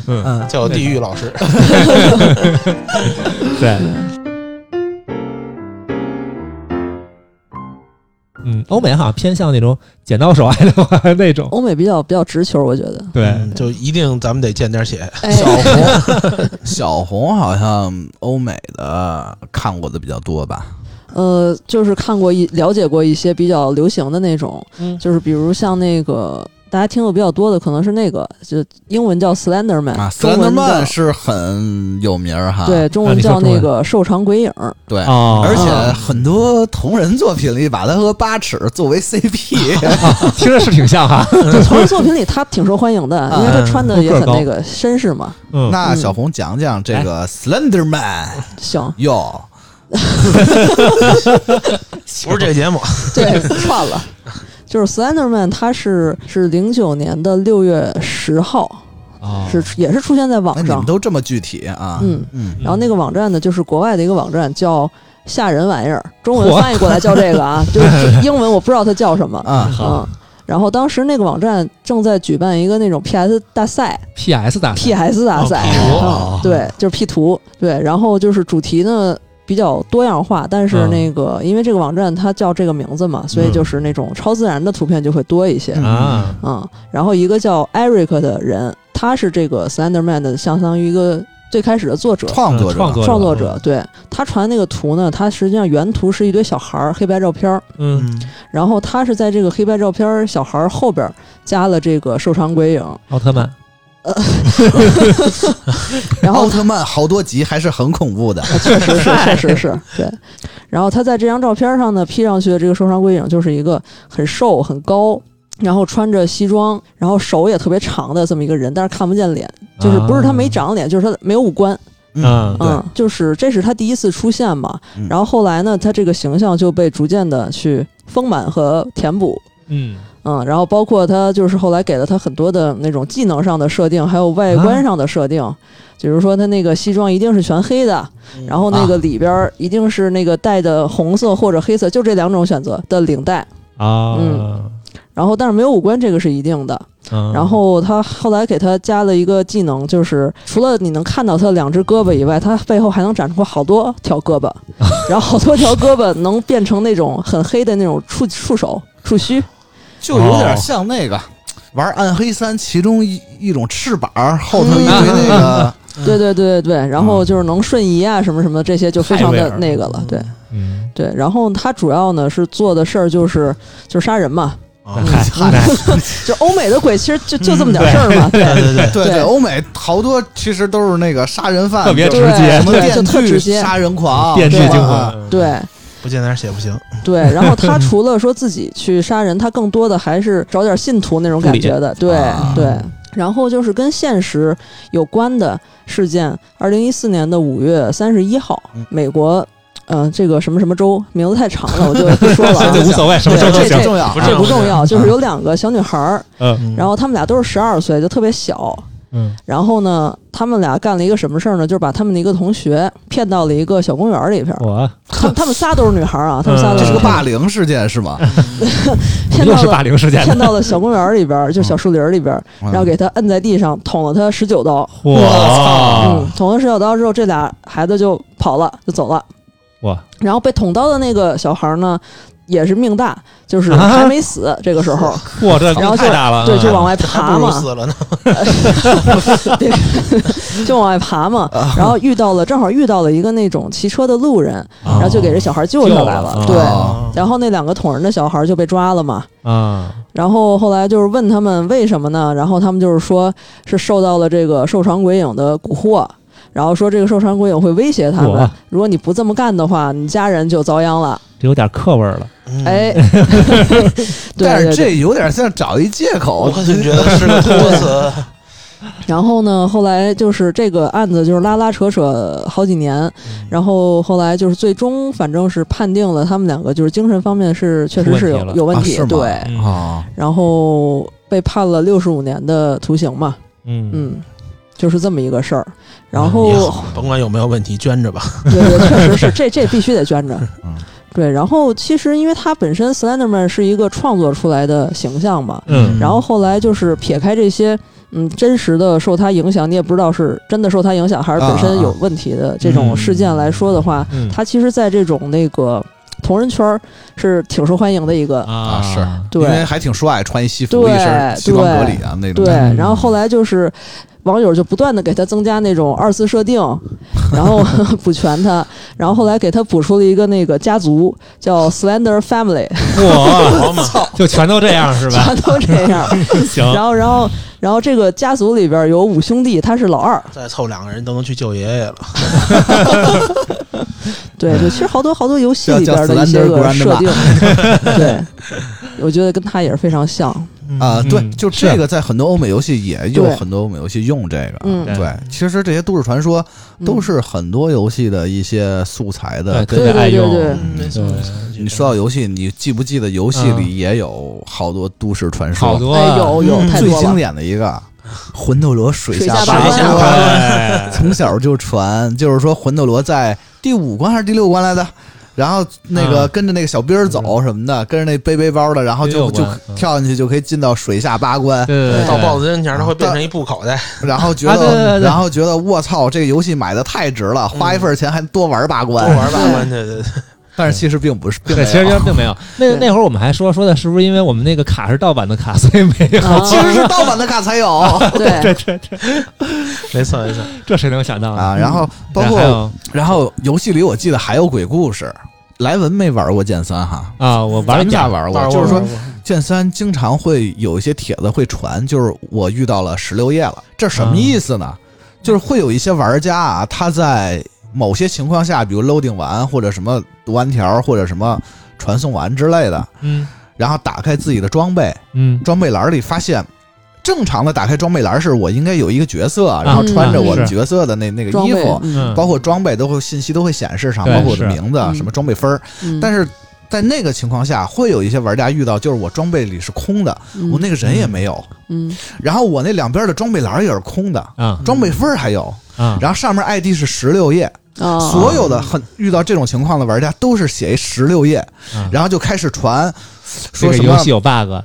嗯，
叫《地狱老师》。
对。嗯，欧美好像偏向那种剪刀手爱的话那种，
欧美比较比较直球，我觉得，
对，
嗯就一定咱们得见点血。
哎，
小红，小红好像欧美的看过的比较多吧？
(laughs) 呃，就是看过一了解过一些比较流行的那种，
嗯
就是比如像那个大家听过比较多的，可能是那个，就英文叫 Slender Man，、
啊，斯
中
兰德
文叫
曼是很有名儿哈，
对，中
啊
文
你说
叫
中
那
文
个瘦长鬼影儿，
对，
哦
而且
啊
很多同人作品里把他和八尺作为
(laughs)
CP，
听着是挺像哈。
(laughs)
就从这作品里他挺受欢迎
啊
的，因为他穿的也很那个绅士嘛。
嗯，哎
那小红讲讲这个 Slender Man
行，
哟，
不是这节目，
(laughs) 对，串了。就是 Slenderman，他是是零九年的六月十号，
哦
是也是出现在
那
网
你们
上。
都这么具体啊？
嗯
嗯，
然后那个网站呢，就是国外的一个网站，叫“吓人玩意儿”，中文翻译过来叫这个啊，就是英文我不知道它叫什么。
啊，
好
嗯，然后当时那个网站正在举办一个那种 PS 大赛
PS 大赛
，PS 大赛，
哦
啊对，就是 P 图，对，然后就是主题呢比较多样化，但是
嗯
那个、因为这个网站它叫这个名字嘛，所以就是那种超自然的图片就会多一些，
嗯
啊，
嗯，然后一个叫 Eric 的人，他是这个 Slenderman 的相当于一个最开始的作者。
创作者，
创作嗯
创作者，对他传那个图呢，他实际上原图是一堆小孩儿黑白照片儿，
嗯
嗯，
然后他是在这个黑白照片儿小孩儿后边儿加了这个瘦长鬼影，
奥特曼
然后
(laughs) 奥特曼好多集还是很恐怖的，
确实是，
哎
确实是，对。然后他在这张照片上呢，P 上去的这个瘦长鬼影就是一个很瘦、很高，然后穿着西装，然后手也特别长的这么一个人，但是看不见脸，就是不是他没长脸，就是他没有五官，
啊
对
嗯，就是这是他第一次出现嘛
嗯。
然后后来呢，他这个形象就被逐渐的去丰满和填补。
嗯
嗯，然后包括他就是后来给了他很多的那种技能上的设定，还有外观上的设定，比如说他那个西装一定是全黑的，然后那个里边儿一定是那个带的红色或者黑色，就这两种选择的领带。
啊，
然后但是没有五官这个是一定的。
嗯
嗯然后他后来给他加了一个技能，就是除了你能看到他的两只胳膊以外，他背后还能长出好多条胳膊，然后好多条胳膊能变成那种很黑的那种触触手、触须。
就有
哦
点像那个玩《暗黑三》其中一一种翅膀后头一堆
嗯
那个，
对对对对对，然后就是能瞬移啊，什么什么的，这些就非常
太威
的
尔
那个了，对
嗯，
对。然后他主要呢是做的事儿就是就是杀人嘛，
啊
嗨嗨
就欧美的鬼其实就就这么点事儿嘛，
对对 (laughs)
对
对，
对
欧美好多其实都是那个杀人犯，
特别
就 (laughs)
直接
什么
对就
电
特直
锯
接
杀人狂，
电锯
对吧
惊
啊
魂，
对
不见点血不行，
对。然后他除了说自己去杀人，他更多的还是找点信徒那种感觉的，对
啊
对。然后就是跟现实有关的事件，二零一四年的五月三十一号
嗯，
美国，呃，这个什么什么州，名字太长了，我就不说
(laughs)
了啊。
这无所谓，什么时候都
对
行
这，重要
不
啊，
哎
是
这不重要，就是有两个小女孩儿，
嗯
然后她们俩都是十二岁，就特别小。
嗯
然后呢，她们俩干了一个什么事儿呢？就是把她们的一个同学骗到了一个小公园里边儿。
我
她她们仨都是女孩儿啊，她们
嗯
仨都
这是
是
个霸凌事件是
(laughs)
吗？
骗
又
到
是
了
霸凌事件
骗到了小公园里边儿，就小树林儿里边儿，然
嗯
后给她摁在地上，捅了她十九刀。
哇啊
嗯，捅了十九刀之后，这俩孩子就跑了，就走了。
哇，
然后被捅刀的那个小孩儿呢，也是命大，就是
啊
还没死。这个时候，
哇，这
然后
太大了，
对，就往
外
外
还
爬
不如
嘛。
死了呢。
就往外爬嘛，
啊
然后遇到了，正好遇到了一个那种骑车的路人，
啊
啊
然后就给这小孩救下来了。
救了
对，
哦
然后那两个捅人的小孩就被抓了嘛。
啊，
然后后来就是问他们为什么呢？然后他们就是说是受到了这个瘦长鬼影的蛊惑，然后说这个瘦长鬼影会威胁他们
哇，
如果你不这么干的话，你家人就遭殃了。
嗯
这有点课味儿了，
(laughs)
嗯，
哎， (laughs) 对
但
对
是
对。
这有点像找一借口
我，就觉得是个托 (laughs) 词。
然后呢，后来就是这个案子就是拉拉扯扯好几年，
嗯
然后后来就是最终反正是判定了他们两个就是精神方面是确实是
出问题了
有有问题，
啊是吗
对，
嗯
啊，
然后被判了六十五年的徒刑嘛，
嗯哎
嗯。就是这么一个事儿，然
也
后
好嗯甭管有没有问题，捐着吧。
对对，确实是这这必须得
(laughs)
捐着
嗯，
对。然后其实因为它本身 Slenderman 是一个创作出来的形象嘛，
嗯
然后后来就是撇开这些，嗯，真实的受他影响，你也不知道是真的受他影响，还是本身有问题的这种事件来说的话，
啊嗯
他其实在这种那个同人圈儿是挺受欢迎的一个，
啊
是因为
对
还挺帅，穿一西服，
对
一身西装革履啊那种
对。
感觉。
嗯
然后后来就是。网友就不断的给他增加那种二次设定，
(laughs)
然后补全他，然后后来给他补出了一个那个家族叫 Slender Family，
哇，
(laughs)
就全都这样是吧？
全都这
(laughs)
样。
行，
然后，然后，然后这个家族里边有五兄弟，他是老二，
再凑两个人都能去救爷爷了。
对对，其实好多好多游戏
叫
里
叫
边的一
Slender
些个
Grandma (laughs)
设定，对，我觉得跟他也是非常像。
啊，
嗯
对，就这个在很多欧美游戏也有
对
很多欧美游戏用这个。
嗯
对，其实这些都市传说都是很多游戏的一些素材的
对
根
哎
对
爱
对对
用嗯
对，
没错，没错
你说到游戏，你记不记得游戏里也有好多都市传说？
嗯好多啊
哎，有有
嗯
太
最
多
经
了，
典的一个魂斗罗水
水
下啊
下八
关
关
哎
从小就传，就是说魂斗罗在第五关还是第六关来的，然后那个
啊
跟着那个小兵儿走什么的，跟着那背背包的，然后
嗯也有
就就
关嗯
跳进去就可以进到水下八关，
对对对，
到豹子跟前，它会变成一布口袋。
然后觉
啊对对
得
对对
然后觉得我操，这个游戏买的太值了，花一份钱还多玩八
多
关，
(laughs) 玩八关，对对对，
但是其实并不是，并没
嗯对，
有
其实就并没有。那
对
那会儿我们还说说的是不是因为我们那个卡是盗版的卡，所以没有？
啊
其实是盗版的卡才有
(laughs)
啊
对，
(laughs) 对对对，
没错没错。
这谁能想到
啊。然后包
嗯然后
括
还有
然后游戏里我记得还有鬼故事，莱文没玩过剑三哈。
啊，我玩
咱
了
们俩
假
玩
玩
过，
过
就是说
玩过
剑三经常会有一些帖子会传，就是我遇到了石榴叶了，这什么意思呢？就是会有一些玩家啊，他在某些情况下，比如 loading 完或者什么读完条或者什么传送完之类的，
嗯
然后打开自己的装备，
嗯，
装备栏里发现。正常的打开装备栏是我应该有一个角色，然后
嗯
穿着我
是
角色的那那个
装
衣
备
服，，
嗯
包括装备都会信息都会显示上，
对
包括我的
是
名字、啊
嗯
什么装备分儿。
嗯
但是在那个情况下，会有一些玩家遇到，就是我装备里是空的，
嗯
我那个人也没有，
嗯
然后我那两边的装备栏也是空的，
啊
装备分儿还有，
啊，
然后上面 ID 是十六页，
啊，
所有的很遇到这种情况的玩家都是写一十六页
啊，
然后就开始传
这
说
个
什
游
么 (laughs)
戏。有 bug，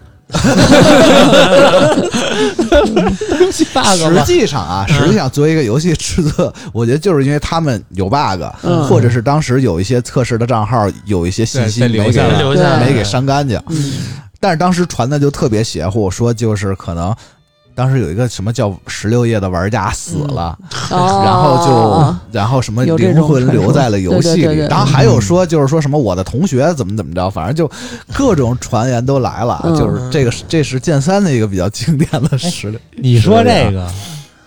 游戏 bug
实
吗？
际上
嗯
啊，实际上作为一个游戏制作，我觉得就是因为他们有 bug，
嗯
或者是当时有一些测试的账号有一些信息
对被
没
留下
给
了
留下来
没给删干净，
嗯
但是当时传的就特别邪乎，说就是可能当时有一个什么叫十六页的玩家死了，
哦
然后就然后什么
有这
灵
种
魂
传说
留在了游戏里，
对对对对
然后还有说就是说什么我的同学怎么怎么着，反正就各种传言都来了，啊
嗯哎
就是这个是这是剑三的一个比较经典的实力。
你说这个，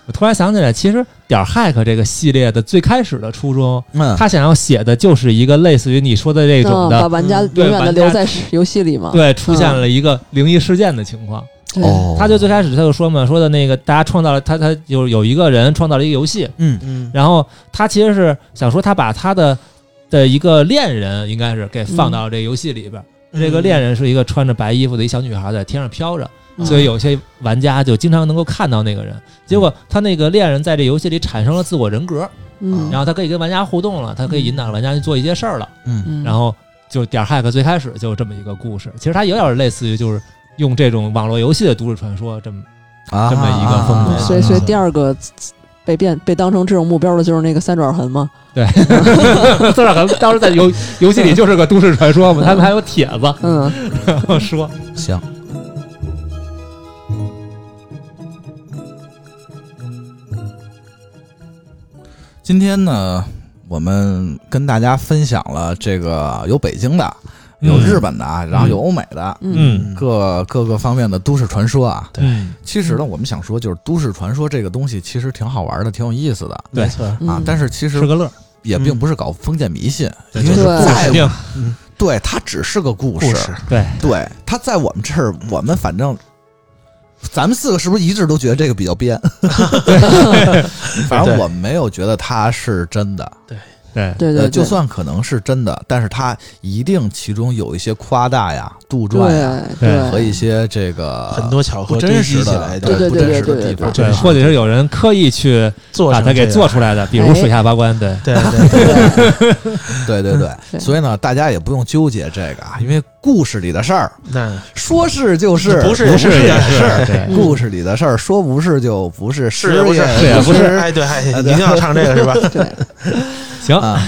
我突然想起来，其实点 hack 这个系列的最开始的初衷，
嗯，
他想要写的就是一个类似于你说的这种
嗯把
的，
玩家
对
永远的
玩
留
家
在是游戏里嘛，
对，出现了一个灵异事件的情况。
嗯
对，
哦
他就最开始他就说嘛，说的那个大家创造了他他有有一个人创造了一个游戏，
嗯
嗯，
然后他其实是想说他把他的的一个恋人应该是给放到这个游戏里边儿。这个恋人是一个穿着白衣服的一小女孩，在天上飘着，
嗯
所以有些玩家就经常能够看到那个人。结果他那个恋人在这游戏里产生了自我人格，
嗯，
然后他可以跟玩家互动了，他可以引导玩家去做一些事儿了。
嗯
嗯
然后就点儿 hack 最开始就有这么一个故事，其实它有点类似于就是用这种网络游戏的都市传说这么。 (laughs)
啊
这么一个风格
嗯所以，
啊
所以第二个被变被当成这种目标的就是那个三爪痕嘛。
这可能当时在游游戏里就是个都市传说嘛，他们还有帖子
嗯，
然后说，
行。今天呢，我们跟大家分享了这个有北京的，有日本的，啊然后有欧美的，
嗯
嗯，
各各个方面的都市传说啊。
对，
其实呢，我们想说，就是都市传说这个东西其实挺好玩的，挺有意思的
对
没错，
嗯
啊。但是其
是
实
个乐儿，
也并不是搞封建迷信，因为
就是
在
肯
故
定
对它只是个故
故事
对，
对，他在我们这儿，我们反正，咱们四个是不是一致都觉得这个比较编？ (laughs) 反正我们没有觉得它是真的，
对，
对对
呃，
对，
就算可能是真的，但是它一定其中有一些夸大呀、杜
对啊
撰呀
对
和一些这个
很多巧合
不
堆
真实
积起
的
来
对对
的，哎
不真实的地方，
对，或者是有人刻意去
做
把它
成
给
这
做
样
出来的，比如
哎
水下八关，对，
对对 (laughs) 对，
对对对，
嗯对
所以呢，大家也不用纠结这个啊，因为故事里的事儿，
那
说是就是，
不是
不是
也
也
是
是，对，
故事里的事儿，说不是就不是，
是啊也不是
也
也
不
不
是
是，
哎，对，哎，
对
一定要唱这个是吧？
对，
行，
啊，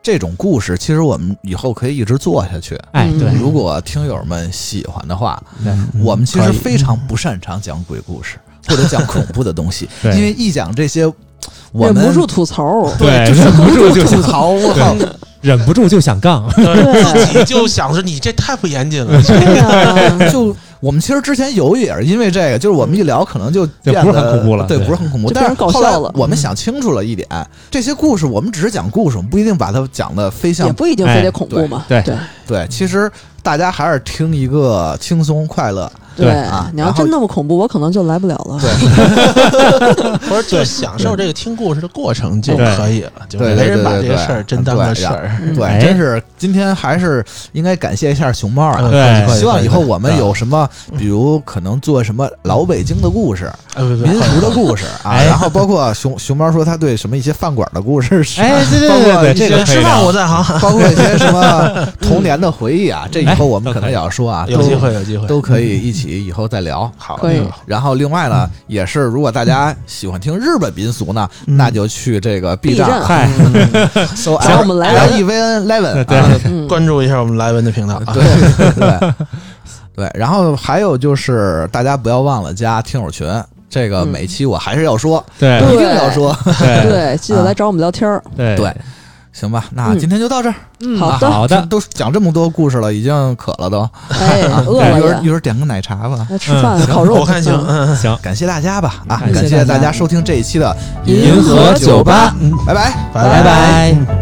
这种故事其实我们以后可以一直做下去。
哎，
嗯
对，
如果听友们喜欢的话，
对
我们其实
可以
非常不擅长讲鬼故事或者讲恐怖的东西，
对
因为一讲这些，我
忍不
们
住吐槽， (laughs)
对
就是
忍不住就
吐
想
槽，我靠，
忍不住就想 (laughs) 杠，
(laughs) 对啊自己就想着你这太不严谨 (laughs) 了，
对
(laughs)
呀，
就我们其实之前有也是因为这个，就是我们一聊可能就变得
就不是很恐怖了
对，
对
不是很恐怖，
就
但
变
是
成搞
后来
笑了
我们想清楚了一点，这些故事我们只是讲故事，我们不一定把它讲的非
也
像
不一定非得恐怖嘛。
哎对
对
对。其实大家还是听一个轻松快乐，
对
啊
你要
然后
真那么恐怖，我可能就来不了了。
或者就享受这个听故事的过程就
对
可以了，就
对
没
对
人把
对对
这个
对
事儿真当个事儿。
嗯
对，
哎
真是今天还是应该感谢一下熊猫啊！
嗯
对
希望以后我们
对
有什么，比如可能做什么老北京的故事、
哎，不不，
民俗的故事啊，
哎
然后包括熊熊猫说他对什么一些饭馆的故事，是
哎，对对
包
对
括
对对，
一些
这个可以
吃饭
聊
我在行，
包括一些什么童年的回忆啊，这以后我们可能也要说啊，
哎有
都
机会有机会，
都可以一起以后再聊。
好，
可以
嗯
然后另外呢，也是如果大家喜欢听日本民俗呢，
嗯
那就去这个 B
站，
站
嗨
嗯
搜
(laughs) 行我们来
L E V N Eleven
对
啊，
嗯
关注一下我们莱文的频道啊。
对对对，然后还有就是大家不要忘了加听友群，这个
嗯
每期我还是要说，
对
一定要说，
对
(laughs) 对，记得来找我们聊天儿。
对
对，行吧？那
嗯
今天就到这儿，
好
啊
的，
好的，
都讲这么多故事了，已经渴了都，
哎，饿
啊一会
了
儿一
也，
会儿点个奶茶吧。
来吃饭烤肉。
我看行，嗯。
行，
感谢大家吧，啊，
感谢
感谢
大
大
家
家收听这一期的
银河酒吧
嗯拜拜。
拜拜
拜。